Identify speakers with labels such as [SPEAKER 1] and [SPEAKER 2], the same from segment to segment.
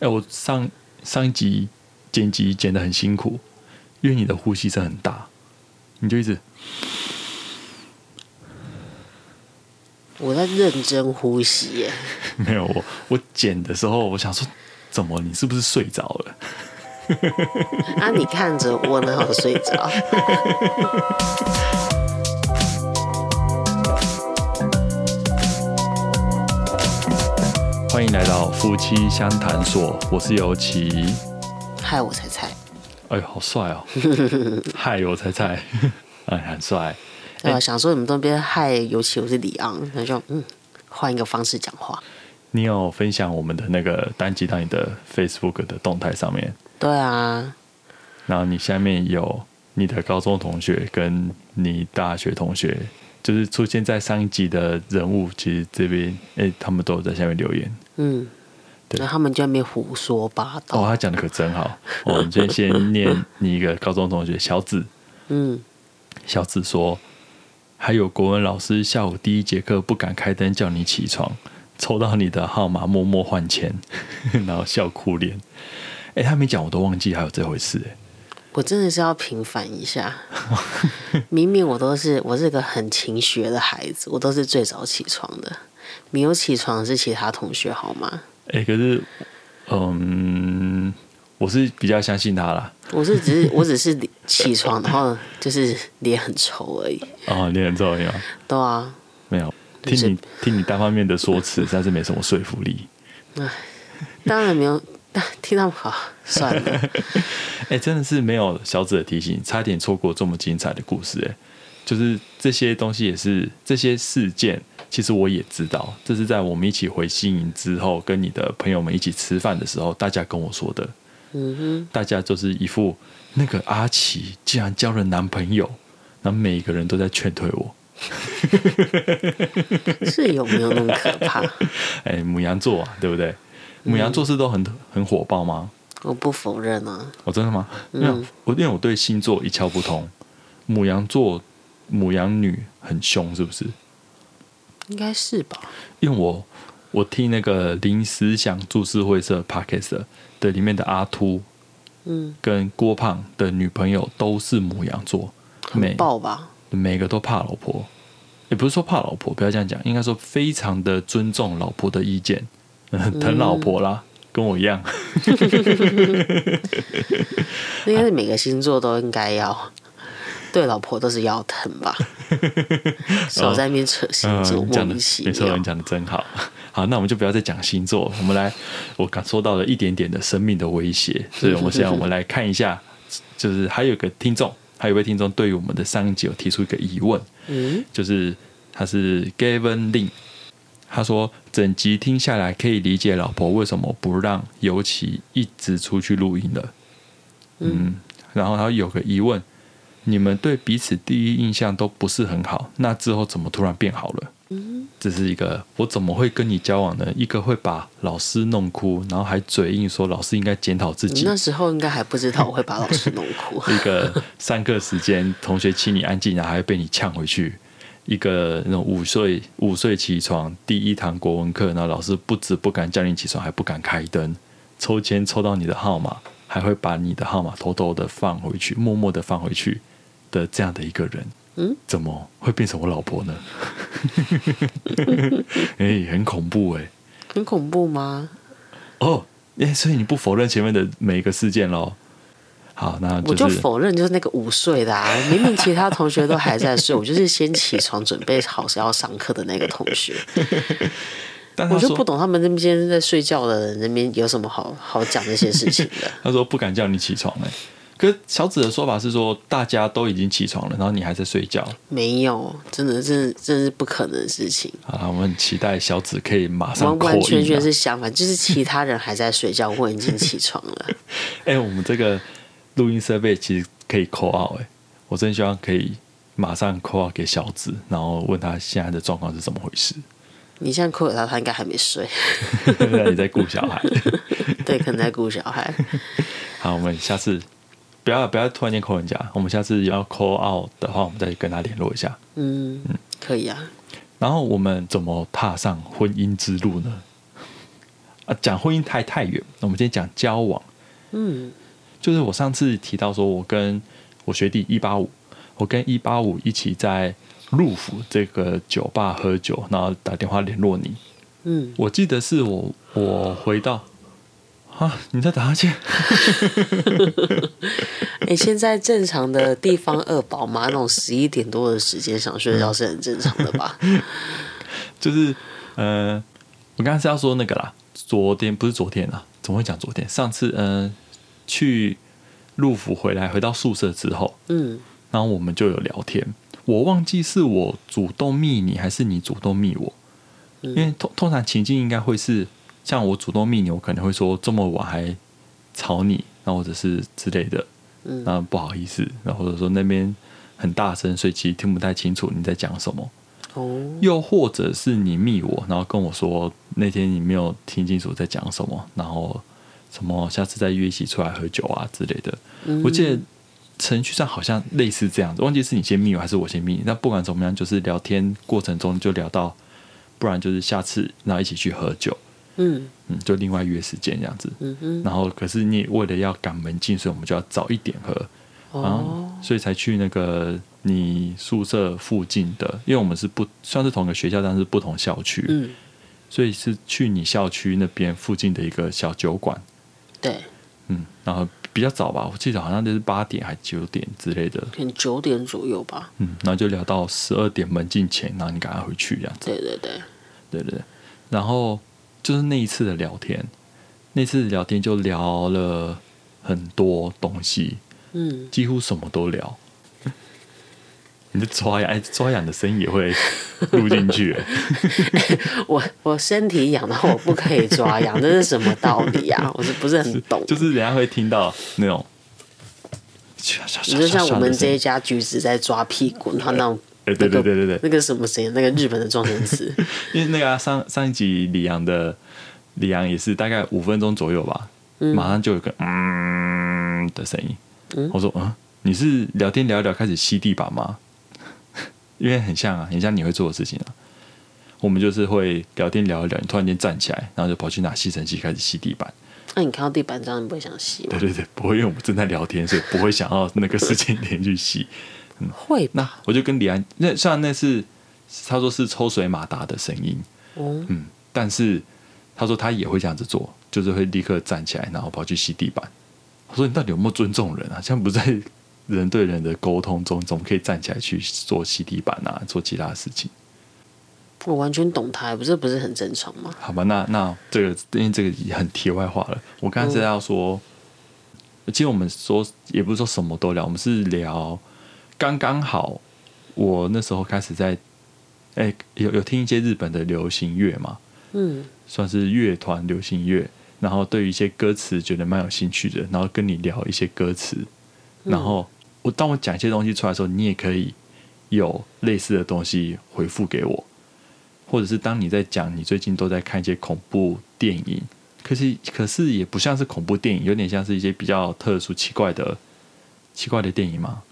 [SPEAKER 1] 哎、我上上一集剪辑剪得很辛苦，因为你的呼吸声很大，你就一直
[SPEAKER 2] 我在认真呼吸耶，
[SPEAKER 1] 没有我。我剪的时候，我想说，怎么你是不是睡着了？
[SPEAKER 2] 啊，你看着我能好睡 着？
[SPEAKER 1] 欢迎来到夫妻相谈所，我是尤其。
[SPEAKER 2] 害我猜猜，
[SPEAKER 1] 哎呦，好帅哦！嗨，我猜猜，哎，很帅。
[SPEAKER 2] 对吧、想说你们都边害，尤其我是李昂，那就嗯，换一个方式讲话。
[SPEAKER 1] 你有分享我们的那个单集到你的 Facebook 的动态上面，
[SPEAKER 2] 对啊，
[SPEAKER 1] 然后你下面有你的高中同学跟你大学同学，就是出现在上一集的人物，其实这边哎、他们都有在下面留言。
[SPEAKER 2] 嗯，
[SPEAKER 1] 对
[SPEAKER 2] 那他们就在那边胡说八道。
[SPEAKER 1] 哦，他讲的可真好。哦我们先先念你一个高中同学小紫，
[SPEAKER 2] 嗯，
[SPEAKER 1] 小紫说，还有国文老师下午第一节课不敢开灯叫你起床，抽到你的号码默默换钱， 然后笑哭脸。哎、他没讲我都忘记还有这回事、哎。
[SPEAKER 2] 我真的是要平反一 下，明明我都是我是个很勤学的孩子，我都是最早起床的，没有起床的是其他同学好吗？
[SPEAKER 1] 哎、可是，嗯，我是比较相信他啦。
[SPEAKER 2] 我是只是我只是起床，然后就是脸很臭而已。
[SPEAKER 1] 哦，你很重要，
[SPEAKER 2] 对啊，
[SPEAKER 1] 没有听
[SPEAKER 2] 是
[SPEAKER 1] 你听你单方面的说辞，实在是没什么说服力。
[SPEAKER 2] 当然没有， 但听他们好 算了。
[SPEAKER 1] 哎、真的是没有小紫的提醒，差点错过这么精彩的故事、哎，就是这些东西也是这些事件，其实我也知道，这是在我们一起回西营之后，跟你的朋友们一起吃饭的时候，大家跟我说的。
[SPEAKER 2] 嗯
[SPEAKER 1] 大家就是一副那个阿奇竟然交了男朋友，然后每一个人都在劝退我。
[SPEAKER 2] 哼，是有没有那么可怕？
[SPEAKER 1] 哎，母羊座啊，对不对？
[SPEAKER 2] 嗯
[SPEAKER 1] 母羊座是都很很火爆吗？
[SPEAKER 2] 我不否认啊。
[SPEAKER 1] 哦，真的吗？因为我因为我对星座一窍不通，母羊座母羊女很凶，是不是？
[SPEAKER 2] 应该是吧？
[SPEAKER 1] 因为我我听那个林思想注释会社 podcast 的里面的阿秃
[SPEAKER 2] 嗯，
[SPEAKER 1] 跟郭胖的女朋友都是母羊座，每
[SPEAKER 2] 爆吧？
[SPEAKER 1] 每个都怕老婆，也不是说怕老婆，不要这样讲，应该说非常的尊重老婆的意见， 嗯疼老婆啦，跟我一样。
[SPEAKER 2] 应该是每个星座都应该要，对老婆都是腰疼 吧？少在那边扯星座，
[SPEAKER 1] 嗯、
[SPEAKER 2] 莫
[SPEAKER 1] 讲的
[SPEAKER 2] 名其
[SPEAKER 1] 没错，
[SPEAKER 2] 妙
[SPEAKER 1] 你。讲的真好。 好，那我们就不要再讲星座，我们来，我感受到了一点点的生命的威胁，所以我们现在我们来看一下，就是还有一个听众，还有一位听众对于我们的上一集有提出一个疑问，
[SPEAKER 2] 嗯，
[SPEAKER 1] 就是他是 Gavin Lin，他说整集听下来可以理解老婆为什么不让尤其一直出去露营了。嗯，然后他有个疑问，你们对彼此第一印象都不是很好，那之后怎么突然变好了？这是一个我怎么会跟你交往呢？一个会把老师弄哭，然后还嘴硬说老师应该检讨自
[SPEAKER 2] 你
[SPEAKER 1] 己，
[SPEAKER 2] 那时候应该还不知道我会把老师弄 哭。
[SPEAKER 1] 一个上课时间同学请你安静，然后还会被你呛回去；一个那种午睡午睡起床，第一堂国文课，然后老师不止不敢叫你起床，还不敢开灯，抽签抽到你的号码，还会把你的号码偷偷的放回去，默默的放回去的这样的一个人，
[SPEAKER 2] 嗯，
[SPEAKER 1] 怎么会变成我老婆呢？哎、很恐怖哎、
[SPEAKER 2] 很恐怖吗？
[SPEAKER 1] 哦，哎、所以你不否认前面的每一个事件喽？好，那
[SPEAKER 2] 我
[SPEAKER 1] 就是
[SPEAKER 2] 就否认，就是那个午睡的啊，明明其他同学都还在睡，我就是先起床准备好是要上课的那个同学，
[SPEAKER 1] 但他
[SPEAKER 2] 我就
[SPEAKER 1] 说
[SPEAKER 2] 不懂他们那边在睡觉的人那边有什么好好讲这些事情的。
[SPEAKER 1] 他说不敢叫你起床哎、可是小紫的说法是说，大家都已经起床了，然后你还在睡觉。
[SPEAKER 2] 没有，真的，真的，真的是不可能的事情，
[SPEAKER 1] 好啊啦，我们很期待小紫可以马上
[SPEAKER 2] 完
[SPEAKER 1] 扩
[SPEAKER 2] 完全
[SPEAKER 1] 音、
[SPEAKER 2] 全
[SPEAKER 1] 啊。
[SPEAKER 2] 是相反，就是其他人还在睡觉，我已经起床 了。
[SPEAKER 1] 哎、我们这个录音设备其实可以扣号哎，我真希望可以马上扣号给小紫，然后问他现在的状况是怎么回事。
[SPEAKER 2] 你现在扣给他，他应该还没 睡，
[SPEAKER 1] 那你在顾小 孩。
[SPEAKER 2] 对，可能在顾小孩。
[SPEAKER 1] 好，我们下次不要不要突然间扣人家，我们下次要扣号的话，我们再跟他联络一下。
[SPEAKER 2] 嗯，可以啊。
[SPEAKER 1] 然后我们怎么踏上婚姻之路呢？啊，讲婚姻太太远，那我们今天讲交往。
[SPEAKER 2] 嗯
[SPEAKER 1] 就是我上次提到说，我跟我学弟一八五，我跟一八五一起在陆府这个酒吧喝酒，然后打电话联络你。
[SPEAKER 2] 嗯，
[SPEAKER 1] 我记得是我我回到啊，你在打哈欠？
[SPEAKER 2] 哎、现在正常的地方二宝妈那种十一点多的时间想睡觉是很正常的 吧？
[SPEAKER 1] 就是呃，我刚刚是要说那个啦，昨天不是昨天啦，怎么会讲昨天？上次嗯、呃去陆府回来，回到宿舍之后，
[SPEAKER 2] 嗯
[SPEAKER 1] 然后我们就有聊天。我忘记是我主动密你，还是你主动密我。因为通通常情境应该会是像我主动密你，我可能会说这么晚还吵你，然后或者是之类的，
[SPEAKER 2] 嗯
[SPEAKER 1] 那不好意思，然后或者说那边很大声，所以其实听不太清楚你在讲什么。
[SPEAKER 2] 哦，
[SPEAKER 1] 又或者是你密我，然后跟我说那天你没有听清楚在讲什么，然后什么下次再约一起出来喝酒啊之类的。我记得程序上好像类似这样子，忘记是你先密我还是我先密你。那不管怎么样，就是聊天过程中就聊到，不然就是下次然后一起去喝酒，
[SPEAKER 2] 嗯
[SPEAKER 1] 嗯，就另外约时间这样子。
[SPEAKER 2] 嗯嗯，
[SPEAKER 1] 然后可是你也为了要赶门禁，所以我们就要早一点喝。然后
[SPEAKER 2] 哦，
[SPEAKER 1] 啊所以才去那个你宿舍附近的，因为我们是不算是同个学校，但是不同校区，
[SPEAKER 2] 嗯，
[SPEAKER 1] 所以是去你校区那边附近的一个小酒馆，
[SPEAKER 2] 对，
[SPEAKER 1] 嗯，然后比较早吧，我记得好像就是八点还九点之类的，
[SPEAKER 2] 可能九点左右吧。
[SPEAKER 1] 嗯，然后就聊到十二点门禁前，然后你赶快回去这样子，
[SPEAKER 2] 对对对，
[SPEAKER 1] 对对对，然后就是那一次的聊天，那次聊天就聊了很多东西，
[SPEAKER 2] 嗯，
[SPEAKER 1] 几乎什么都聊。 你的抓痒，哎，抓痒的声音也会录进去。哎
[SPEAKER 2] 我我身体痒，然后我不可以抓痒，这是什么道理啊？我是不是很 懂？
[SPEAKER 1] 就是人家会听到那种，
[SPEAKER 2] 你就像我们这一家橘子在抓屁股，然后那种
[SPEAKER 1] 哎对对对对对
[SPEAKER 2] 那个什么谁，那个日本的撞声词，
[SPEAKER 1] 因为那个啊、上上一集李阳的李阳也是大概五分钟左右吧，马上就有一个嗯的声音。我说嗯，你是聊天聊一聊开始吸地板吗？ 因为很像啊，很像你会做的事情啊。我们就是会聊天聊一聊，你突然间站起来，然后就跑去拿吸尘器开始吸地板。
[SPEAKER 2] 那你看到地板这样，你不会想吸吗
[SPEAKER 1] 对？对对，不会，因为我们正在聊天，所以不会想要那个时间点去吸。
[SPEAKER 2] 会吧？
[SPEAKER 1] 那我就跟李安，那虽然那是他说是抽水马达的声音，
[SPEAKER 2] 哦，
[SPEAKER 1] 嗯，但是他说他也会这样子做，就是会立刻站起来，然后跑去吸地板。我说你到底有没有尊重人啊？现在不是在 人对人的沟通中，怎么可以站起来去做吸地板啊，做其他的事情？
[SPEAKER 2] 我完全懂他，不是不是很正常吗？
[SPEAKER 1] 好吧，那那这个因为这个也很题外话了。我刚才是要说，其实我们说也不是说什么都聊，我们是聊刚刚好。我那时候开始在，哎、有有听一些日本的流行乐嘛，
[SPEAKER 2] 嗯，
[SPEAKER 1] 算是乐团流行乐，然后对于一些歌词觉得蛮有兴趣的，然后跟你聊一些歌词，
[SPEAKER 2] 嗯
[SPEAKER 1] 然后我当我讲一些东西出来的时候，你也可以有类似的东西回复给我，或者是当你在讲你最近都在看一些恐怖电影，可是可是也不像是恐怖电影，有点像是一些比较特殊奇怪的奇怪的电影嘛，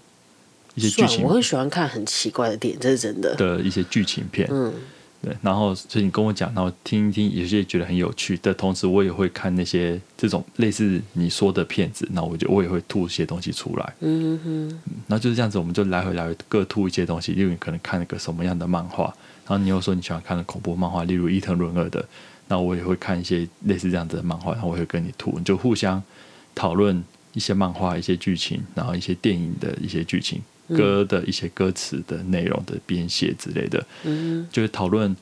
[SPEAKER 1] 一些剧
[SPEAKER 2] 算了，
[SPEAKER 1] 情
[SPEAKER 2] 我很喜欢看很奇怪的电影，这是真的。
[SPEAKER 1] 的一些剧情片，
[SPEAKER 2] 嗯，
[SPEAKER 1] 对，然后所以你跟我讲，然后听一听，有些觉得很有趣的同时，我也会看那些这种类似你说的片子，那我就我也会吐一些东西出来，
[SPEAKER 2] 嗯哼
[SPEAKER 1] 然后就是这样子，我们就来回来回各吐一些东西，例如你可能看了个什么样的漫画，然后你又说你喜欢看的恐怖漫画，例如伊藤润二的，那我也会看一些类似这样子的漫画，然后我也会跟你吐，你就互相讨论一些漫画、一些剧情，然后一些电影的一些剧情、歌的一些歌词的内容的编写之类的，
[SPEAKER 2] 嗯
[SPEAKER 1] 就是讨论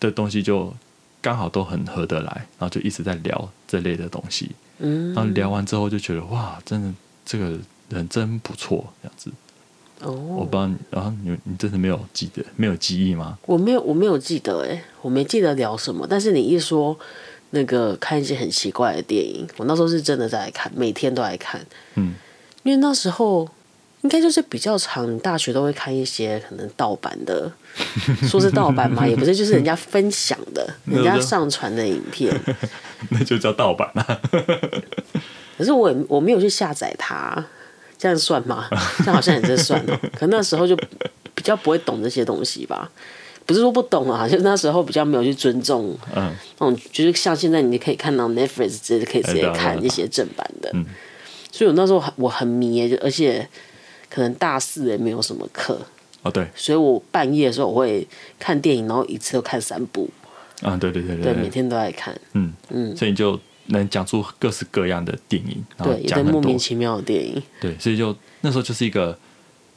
[SPEAKER 1] 的东西就刚好都很合得来，然后就一直在聊这类的东西，
[SPEAKER 2] 嗯
[SPEAKER 1] 然后聊完之后就觉得哇，真的这个人真不错，这样子。我不，
[SPEAKER 2] 哦
[SPEAKER 1] 知道你，然后你你真的没有记得，没有记忆吗？
[SPEAKER 2] 我没有我没有记得哎、我没记得聊什么，但是你一说。那个看一些很奇怪的电影，我那时候是真的在看，每天都在看。
[SPEAKER 1] 嗯，
[SPEAKER 2] 因为那时候应该就是比较长，大学都会看一些可能盗版 的，说是盗版嘛，也不是，就是人家分享的、
[SPEAKER 1] 那
[SPEAKER 2] 人
[SPEAKER 1] 个
[SPEAKER 2] 家上传的影片。
[SPEAKER 1] 那就叫盗版啦、
[SPEAKER 2] 可是我也我没有去下载它，这样 算吗？这样好像也是算哦。可那时候就比较不会懂这些东西吧，不是说不懂啊，就是那时候比较没有去尊重
[SPEAKER 1] 嗯
[SPEAKER 2] 那种，就是像现在你可以看到 Netflix 直接可以直接
[SPEAKER 1] 哎对啊
[SPEAKER 2] 看
[SPEAKER 1] 对啊
[SPEAKER 2] 一些正版的，
[SPEAKER 1] 嗯
[SPEAKER 2] 所以我那时候很我很迷耶，就而且可能大四也没有什么课，
[SPEAKER 1] 哦对，
[SPEAKER 2] 所以我半夜的时候我会看电影，然后一次都看三部，
[SPEAKER 1] 啊对对对
[SPEAKER 2] 对，
[SPEAKER 1] 对
[SPEAKER 2] 每天都在看，
[SPEAKER 1] 嗯嗯，所以你就能讲出各式各样的电影，然后
[SPEAKER 2] 对，一堆
[SPEAKER 1] 讲很
[SPEAKER 2] 莫名
[SPEAKER 1] 多，
[SPEAKER 2] 其妙的电影，
[SPEAKER 1] 对，所以就那时候就是一个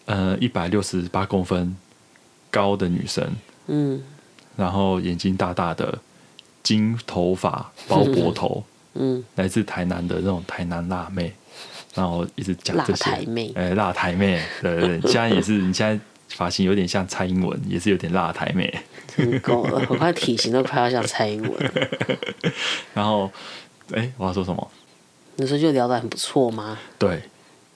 [SPEAKER 1] 呃一百六十八公分高的女生，
[SPEAKER 2] 嗯
[SPEAKER 1] 然后眼睛大大的，金头发 包脖头，
[SPEAKER 2] 嗯，
[SPEAKER 1] 来自台南的那种台南辣妹，然后一直讲
[SPEAKER 2] 辣
[SPEAKER 1] 这些，
[SPEAKER 2] 台妹
[SPEAKER 1] 哎、辣台妹，对对对，你现在也是，你现在发型有点像蔡英文，也是有点辣台妹，
[SPEAKER 2] 真够了，我快体型都快要像蔡英文了。
[SPEAKER 1] 然后，哎、我要说什么？
[SPEAKER 2] 那时候就聊得很不错嘛，
[SPEAKER 1] 对，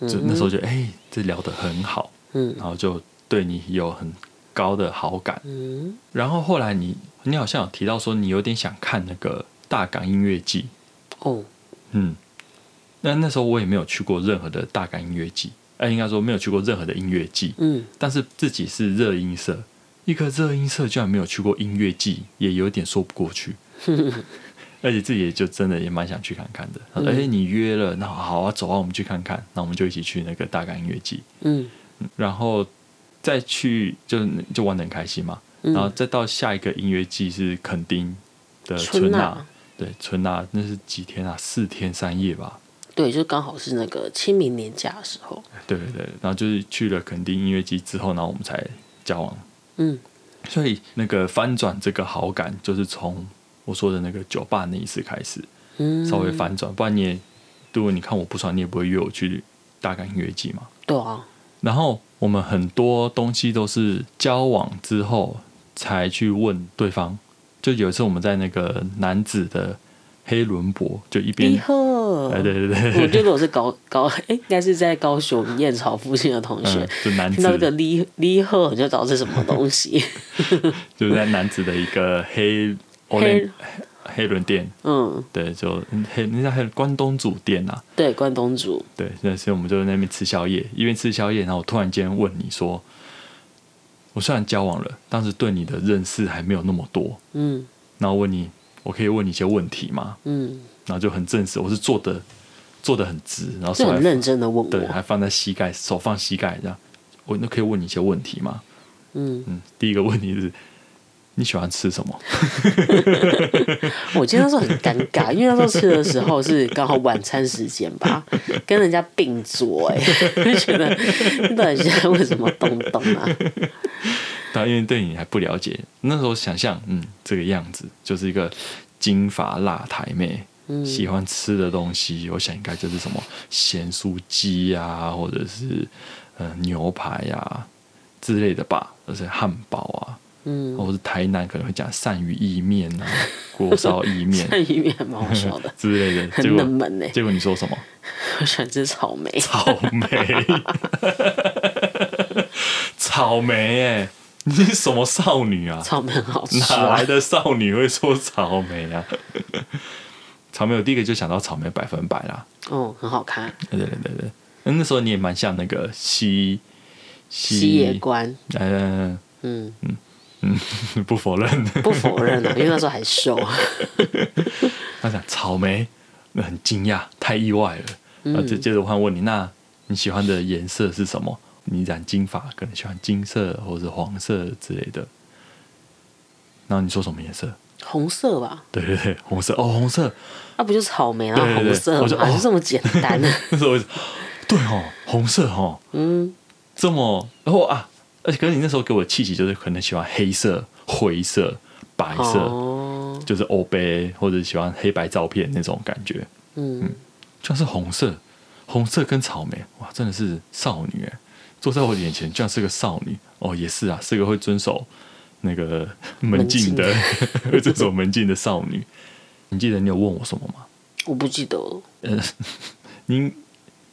[SPEAKER 1] 就那时候就哎、这聊得很好，
[SPEAKER 2] 嗯
[SPEAKER 1] 然后就对你有很高的好感，
[SPEAKER 2] 嗯，
[SPEAKER 1] 然后后来你，你好像有提到说你有点想看那个大港音乐季，
[SPEAKER 2] 哦，
[SPEAKER 1] 嗯，那那时候我也没有去过任何的大港音乐季，哎、应该说没有去过任何的音乐季，
[SPEAKER 2] 嗯，
[SPEAKER 1] 但是自己是热音社，一个热音社居然没有去过音乐季，也有点说不过去。而且自己也就真的也蛮想去看看的。他说：“哎、你约了，那好啊，走啊，我们去看看。那我们就一起去那个大港音乐季，
[SPEAKER 2] 嗯
[SPEAKER 1] 嗯然后再去就就玩的很开心嘛。
[SPEAKER 2] 嗯
[SPEAKER 1] 然后再到下一个音乐季是垦丁的
[SPEAKER 2] 春
[SPEAKER 1] 春
[SPEAKER 2] 娜
[SPEAKER 1] 娜，对，春娜那是几天啊？四天三夜吧。
[SPEAKER 2] 对，就刚好是那个清明年假的时候，
[SPEAKER 1] 对对对，然后就是去了垦丁音乐季之后，然后我们才交往。
[SPEAKER 2] 嗯
[SPEAKER 1] 所以那个翻转这个好感，就是从我说的那个酒吧那一次开始，
[SPEAKER 2] 嗯，
[SPEAKER 1] 稍微翻转。不然你也，如果你看我不爽，你也不会约我去大港音乐季嘛。
[SPEAKER 2] 对啊，
[SPEAKER 1] 然后我们很多东西都是交往之后才去问对方。就有一次我们在那个男子的黑伦博，就一边
[SPEAKER 2] 一，贺，
[SPEAKER 1] 哎对对
[SPEAKER 2] 我
[SPEAKER 1] 对对，
[SPEAKER 2] 觉得我是高高，哎应该是在高雄燕巢附近的同学
[SPEAKER 1] 嗯，，就男
[SPEAKER 2] 听到这个
[SPEAKER 1] 子，
[SPEAKER 2] 离离贺，我就知道这是什么东西，
[SPEAKER 1] 就是在男子的一个黑
[SPEAKER 2] 黑
[SPEAKER 1] Olen- 黑伦店，
[SPEAKER 2] 嗯，
[SPEAKER 1] 对，就嗯黑那叫黑关东煮店啊，
[SPEAKER 2] 对，关东煮，
[SPEAKER 1] 对，那所以我们就在那边吃宵夜，一边吃宵夜，然后我突然间问你说，我虽然交往了，但是对你的认识还没有那么多，
[SPEAKER 2] 嗯
[SPEAKER 1] 然后问你，我可以问你一些问题吗？
[SPEAKER 2] 嗯，
[SPEAKER 1] 然后就很正式，我是坐的坐的很直，然后
[SPEAKER 2] 这
[SPEAKER 1] 手还
[SPEAKER 2] 很认哦真的问
[SPEAKER 1] 啊对，
[SPEAKER 2] 我，
[SPEAKER 1] 还放在膝盖，手放膝盖这样，我那可以问你一些问题吗？
[SPEAKER 2] 嗯，
[SPEAKER 1] 嗯，第一个问题是你喜欢吃什么？
[SPEAKER 2] 我记得那时候很尴 尬，因为那时候吃的时候是刚好晚餐时间吧，跟人家并桌、 哎，就觉得你到底现在为什么东东啊？
[SPEAKER 1] 他因为对你还不了解，那时候想象，嗯，这个样子就是一个金发辣台妹，
[SPEAKER 2] 嗯
[SPEAKER 1] 喜欢吃的东西，我想应该就是什么咸酥鸡啊，或者是呃牛排呀、啊、之类的吧，而且汉堡啊，
[SPEAKER 2] 嗯，
[SPEAKER 1] 或者是台南可能会讲鳝鱼意面啊、锅烧意面，
[SPEAKER 2] 鳝鱼面还蛮好笑的
[SPEAKER 1] 之类的，结
[SPEAKER 2] 很冷
[SPEAKER 1] 果
[SPEAKER 2] 门呢、欸
[SPEAKER 1] 结果你说什么？
[SPEAKER 2] 我喜欢吃草莓，
[SPEAKER 1] 草莓，草莓、欸，你是什么少女啊？
[SPEAKER 2] 草莓很好吃
[SPEAKER 1] 哪
[SPEAKER 2] 啊
[SPEAKER 1] 来。的少女会说草莓 啊？草莓，我第一个就想到草莓百分百啦。
[SPEAKER 2] 哦，很好看。
[SPEAKER 1] 对对对对，那那时候你也蛮像那个西西
[SPEAKER 2] 西野，观，
[SPEAKER 1] 嗯、
[SPEAKER 2] 嗯，
[SPEAKER 1] 呃， 不否认。
[SPEAKER 2] 不否认 啊，因为那时候还瘦。
[SPEAKER 1] 他讲草莓，那很惊讶，太意外了。
[SPEAKER 2] 嗯
[SPEAKER 1] 然后就接着换问你，那你喜欢的颜色是什么？你染金发，可能喜欢金色或者黄色之类的。然后你说什么颜色？
[SPEAKER 2] 红色吧，
[SPEAKER 1] 对对对，红色哦，红色。
[SPEAKER 2] 那、不就草莓，然后
[SPEAKER 1] 对对对
[SPEAKER 2] 红色
[SPEAKER 1] 我就
[SPEAKER 2] 嘛，
[SPEAKER 1] 哦
[SPEAKER 2] 就这么简单。啊
[SPEAKER 1] 那时候我就 对哦，红色哦，
[SPEAKER 2] 嗯，
[SPEAKER 1] 这么然后啊，而且可是你那时候给我的气息就是可能喜欢黑色、灰色、白色，
[SPEAKER 2] 哦，
[SPEAKER 1] 就是欧杯或者喜欢黑白照片那种感觉，
[SPEAKER 2] 嗯，
[SPEAKER 1] 居然是红色，红色跟草莓，哇，真的是少女哎，坐在我眼前居然是个少女哦，也是啊，是个会遵守那个门禁的， 会遵守门禁的少女。你记得你有问我什么吗？
[SPEAKER 2] 我不记得了。
[SPEAKER 1] 你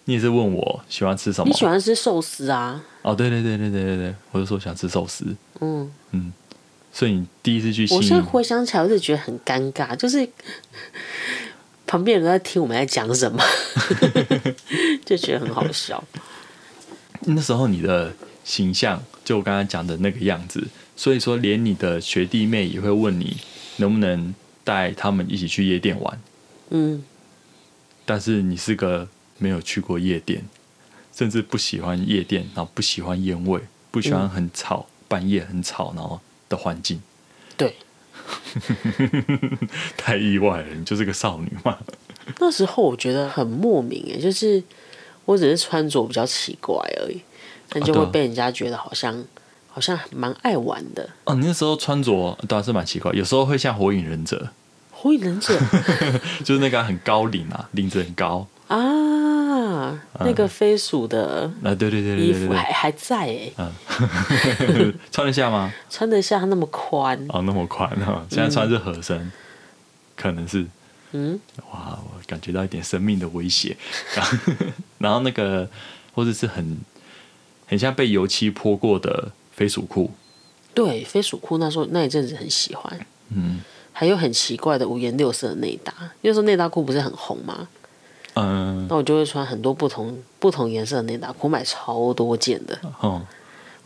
[SPEAKER 1] 你也是问我喜欢吃什么？
[SPEAKER 2] 你喜欢吃寿司啊？
[SPEAKER 1] 哦，对对对对对对对，我就说想吃寿司，
[SPEAKER 2] 嗯，
[SPEAKER 1] 所以你第一次去
[SPEAKER 2] 我
[SPEAKER 1] 新
[SPEAKER 2] 现在
[SPEAKER 1] 营，
[SPEAKER 2] 回想起来，我就觉得很尴尬，就是旁边人都在听我们在讲什么， 就觉得很好笑。
[SPEAKER 1] 那时候你的形象就我刚才讲的那个样子，所以说连你的学弟妹也会问你能不能带他们一起去夜店玩，
[SPEAKER 2] 嗯，
[SPEAKER 1] 但是你是个没有去过夜店，甚至不喜欢夜店，然后不喜欢烟味，不喜欢很吵、半夜很吵，然后的环境，
[SPEAKER 2] 对。
[SPEAKER 1] 太意外了，你就是个少女嘛。
[SPEAKER 2] 那时候我觉得很莫名诶，就是我只是穿着比较奇怪而已，但就
[SPEAKER 1] 啊对
[SPEAKER 2] 会
[SPEAKER 1] 啊
[SPEAKER 2] 被人家觉得好像、好像蛮爱玩的。
[SPEAKER 1] 哦，你那时候穿着当然是蛮奇怪，有时候会像火影忍者，
[SPEAKER 2] 火影忍者
[SPEAKER 1] 就是那个很高领啊，领子很高
[SPEAKER 2] 啊，那个飞鼠的
[SPEAKER 1] 啊，对对对对对
[SPEAKER 2] 衣
[SPEAKER 1] 嗯
[SPEAKER 2] 服还还在诶，
[SPEAKER 1] 对对，穿得下吗？
[SPEAKER 2] 穿得下那么宽，
[SPEAKER 1] 哦，那么宽啊！现在穿是合身，可能是
[SPEAKER 2] 嗯，
[SPEAKER 1] 哇，我感觉到一点生命的威胁。 然后然后那个或者是很很像被油漆泼过的飞鼠裤，
[SPEAKER 2] 对，飞鼠裤那时候那一阵子很喜欢，
[SPEAKER 1] 嗯
[SPEAKER 2] 还有很奇怪的五颜六色的内搭，因为说内搭裤不是很红吗？
[SPEAKER 1] 嗯
[SPEAKER 2] 那我就会穿很多不同不同颜色的内搭裤，买超多件的，
[SPEAKER 1] 哦，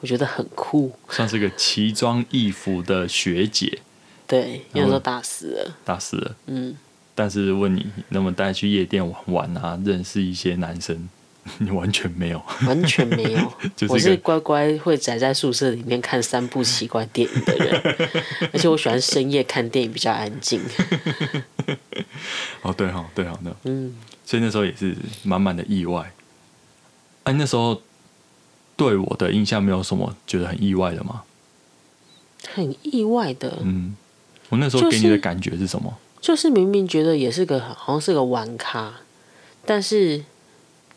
[SPEAKER 2] 我觉得很酷。
[SPEAKER 1] 算是个奇装异服的学姐，
[SPEAKER 2] 对，
[SPEAKER 1] 然
[SPEAKER 2] 因为
[SPEAKER 1] 后
[SPEAKER 2] 说打死了，
[SPEAKER 1] 大四了。
[SPEAKER 2] 嗯，
[SPEAKER 1] 但是问你能不能带去夜店玩玩啊，认识一些男生， 你完全没有。。
[SPEAKER 2] 完全没有
[SPEAKER 1] 就是一个
[SPEAKER 2] 我是乖乖会宅在宿舍里面看三部奇怪电影的 人，而且我喜欢深夜看电影，比较安静。
[SPEAKER 1] 哦，对哦，对哦，对哦
[SPEAKER 2] 嗯，
[SPEAKER 1] 所以那时候也是满满的意外。哎、那时候对我的印象没有什么觉得很意外的吗？
[SPEAKER 2] 很意外的，
[SPEAKER 1] 嗯，我那时候
[SPEAKER 2] 就
[SPEAKER 1] 给
[SPEAKER 2] 是
[SPEAKER 1] 你的感觉是什么？
[SPEAKER 2] 就是明明觉得也是个好像是个玩咖，但是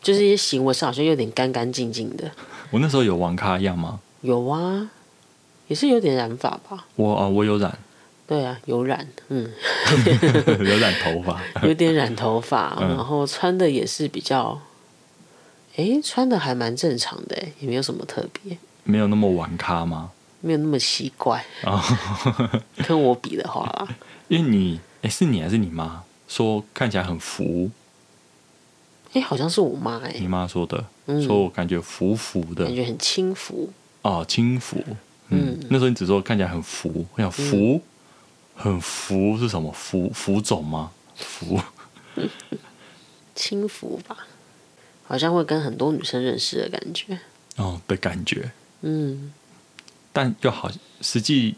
[SPEAKER 2] 就是一些行为上好像有点干干净净的。
[SPEAKER 1] 我那时候有玩咖样吗？
[SPEAKER 2] 有啊，也是有点染发吧？
[SPEAKER 1] 我啊、我有 染，
[SPEAKER 2] 对啊，有染，嗯，
[SPEAKER 1] 有染头发。
[SPEAKER 2] 有点染头发，
[SPEAKER 1] 嗯
[SPEAKER 2] 然后穿的也是比较，诶，穿的还蛮正常的，也没有什么特别，
[SPEAKER 1] 没有那么玩咖吗？
[SPEAKER 2] 没有那么奇怪。
[SPEAKER 1] 哦
[SPEAKER 2] 跟我比的话啦，
[SPEAKER 1] 因为你，哎、是你还是你妈说看起来很浮？
[SPEAKER 2] 诶，好像是我妈
[SPEAKER 1] 你
[SPEAKER 2] 诶，
[SPEAKER 1] 妈说的，
[SPEAKER 2] 嗯
[SPEAKER 1] 说我感觉浮浮的
[SPEAKER 2] 感，觉很轻浮，
[SPEAKER 1] 哦，轻浮。嗯，那时候你只说看起来很浮，我想浮，很浮是什么？浮浮肿吗？浮
[SPEAKER 2] 轻浮吧，好像会跟很多女生认识的感觉。
[SPEAKER 1] 哦的感觉，
[SPEAKER 2] 嗯，
[SPEAKER 1] 但又好像实际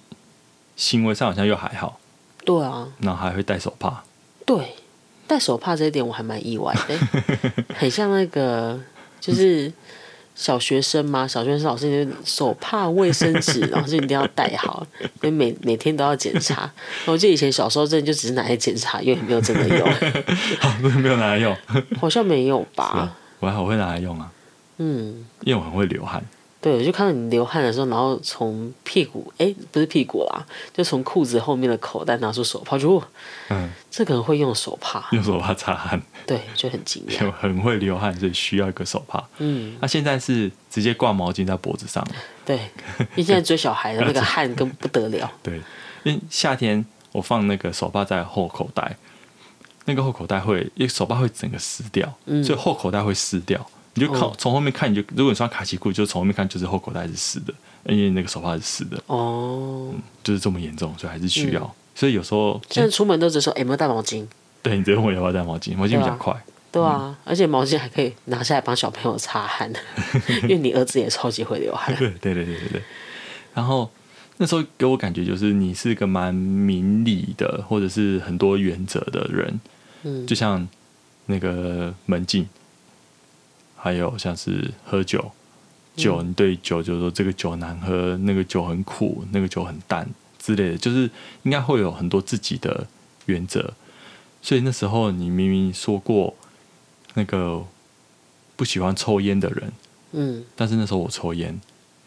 [SPEAKER 1] 行为上好像又还好，
[SPEAKER 2] 对啊，
[SPEAKER 1] 然后还会戴手帕。
[SPEAKER 2] 对，戴手帕这一点我还蛮意外的欸，很像那个就是小学生嘛，小学生老师就手帕、卫生纸，然后就一定要戴好，所以每每天都要检查。我记得以前小时候真的就只是拿来检查，因为没有真的用，
[SPEAKER 1] 好，没有拿来用，
[SPEAKER 2] 好像没有吧？
[SPEAKER 1] 啊、我还好会拿来用啊，
[SPEAKER 2] 嗯，
[SPEAKER 1] 因为我很会流汗。
[SPEAKER 2] 对，我就看到你流汗的时候，然后从屁股，哎，不是屁股啦，就从裤子后面的口袋拿出手帕，就哦
[SPEAKER 1] 嗯，
[SPEAKER 2] 这个人会用手帕，
[SPEAKER 1] 用手帕擦汗，
[SPEAKER 2] 对，就很惊
[SPEAKER 1] 因为
[SPEAKER 2] 讶
[SPEAKER 1] 我。很会流汗，所以需要一个手帕。
[SPEAKER 2] 嗯。
[SPEAKER 1] 那、现在是直接挂毛巾在脖子上了。
[SPEAKER 2] 对，因为现在追小孩的那个汗更不得了，
[SPEAKER 1] 对，因为夏天我放那个手帕在后口袋，那个后口袋会，因为手帕会整个湿掉，
[SPEAKER 2] 嗯
[SPEAKER 1] 所以后口袋会湿掉。你就靠
[SPEAKER 2] 哦
[SPEAKER 1] 从后面看，你就如果你穿卡其裤，就从后面看，就是后口袋是湿的，嗯因为那个手帕是湿的，
[SPEAKER 2] 哦，
[SPEAKER 1] 就是这么严重，所以还是需要。
[SPEAKER 2] 嗯
[SPEAKER 1] 所以有时候，
[SPEAKER 2] 现在出门都只说、欸、有没有带毛巾？
[SPEAKER 1] 对你直接问我要不要带毛巾，毛巾比较快。
[SPEAKER 2] 对啊，而且毛巾还可以拿下来帮小朋友擦汗， 因为你儿子也超级会 流汗。
[SPEAKER 1] 对对对对对对。然后那时候给我感觉就是你是个蛮明理的，或者是很多原则的人。
[SPEAKER 2] 嗯
[SPEAKER 1] 就像那个门禁，还有像是喝酒，酒你对酒就是说这个酒难喝，那个酒很苦，那个酒很淡之类的，就是应该会有很多自己的原则。所以那时候你明明说过那个不喜欢抽烟的人，
[SPEAKER 2] 嗯，
[SPEAKER 1] 但是那时候我抽烟，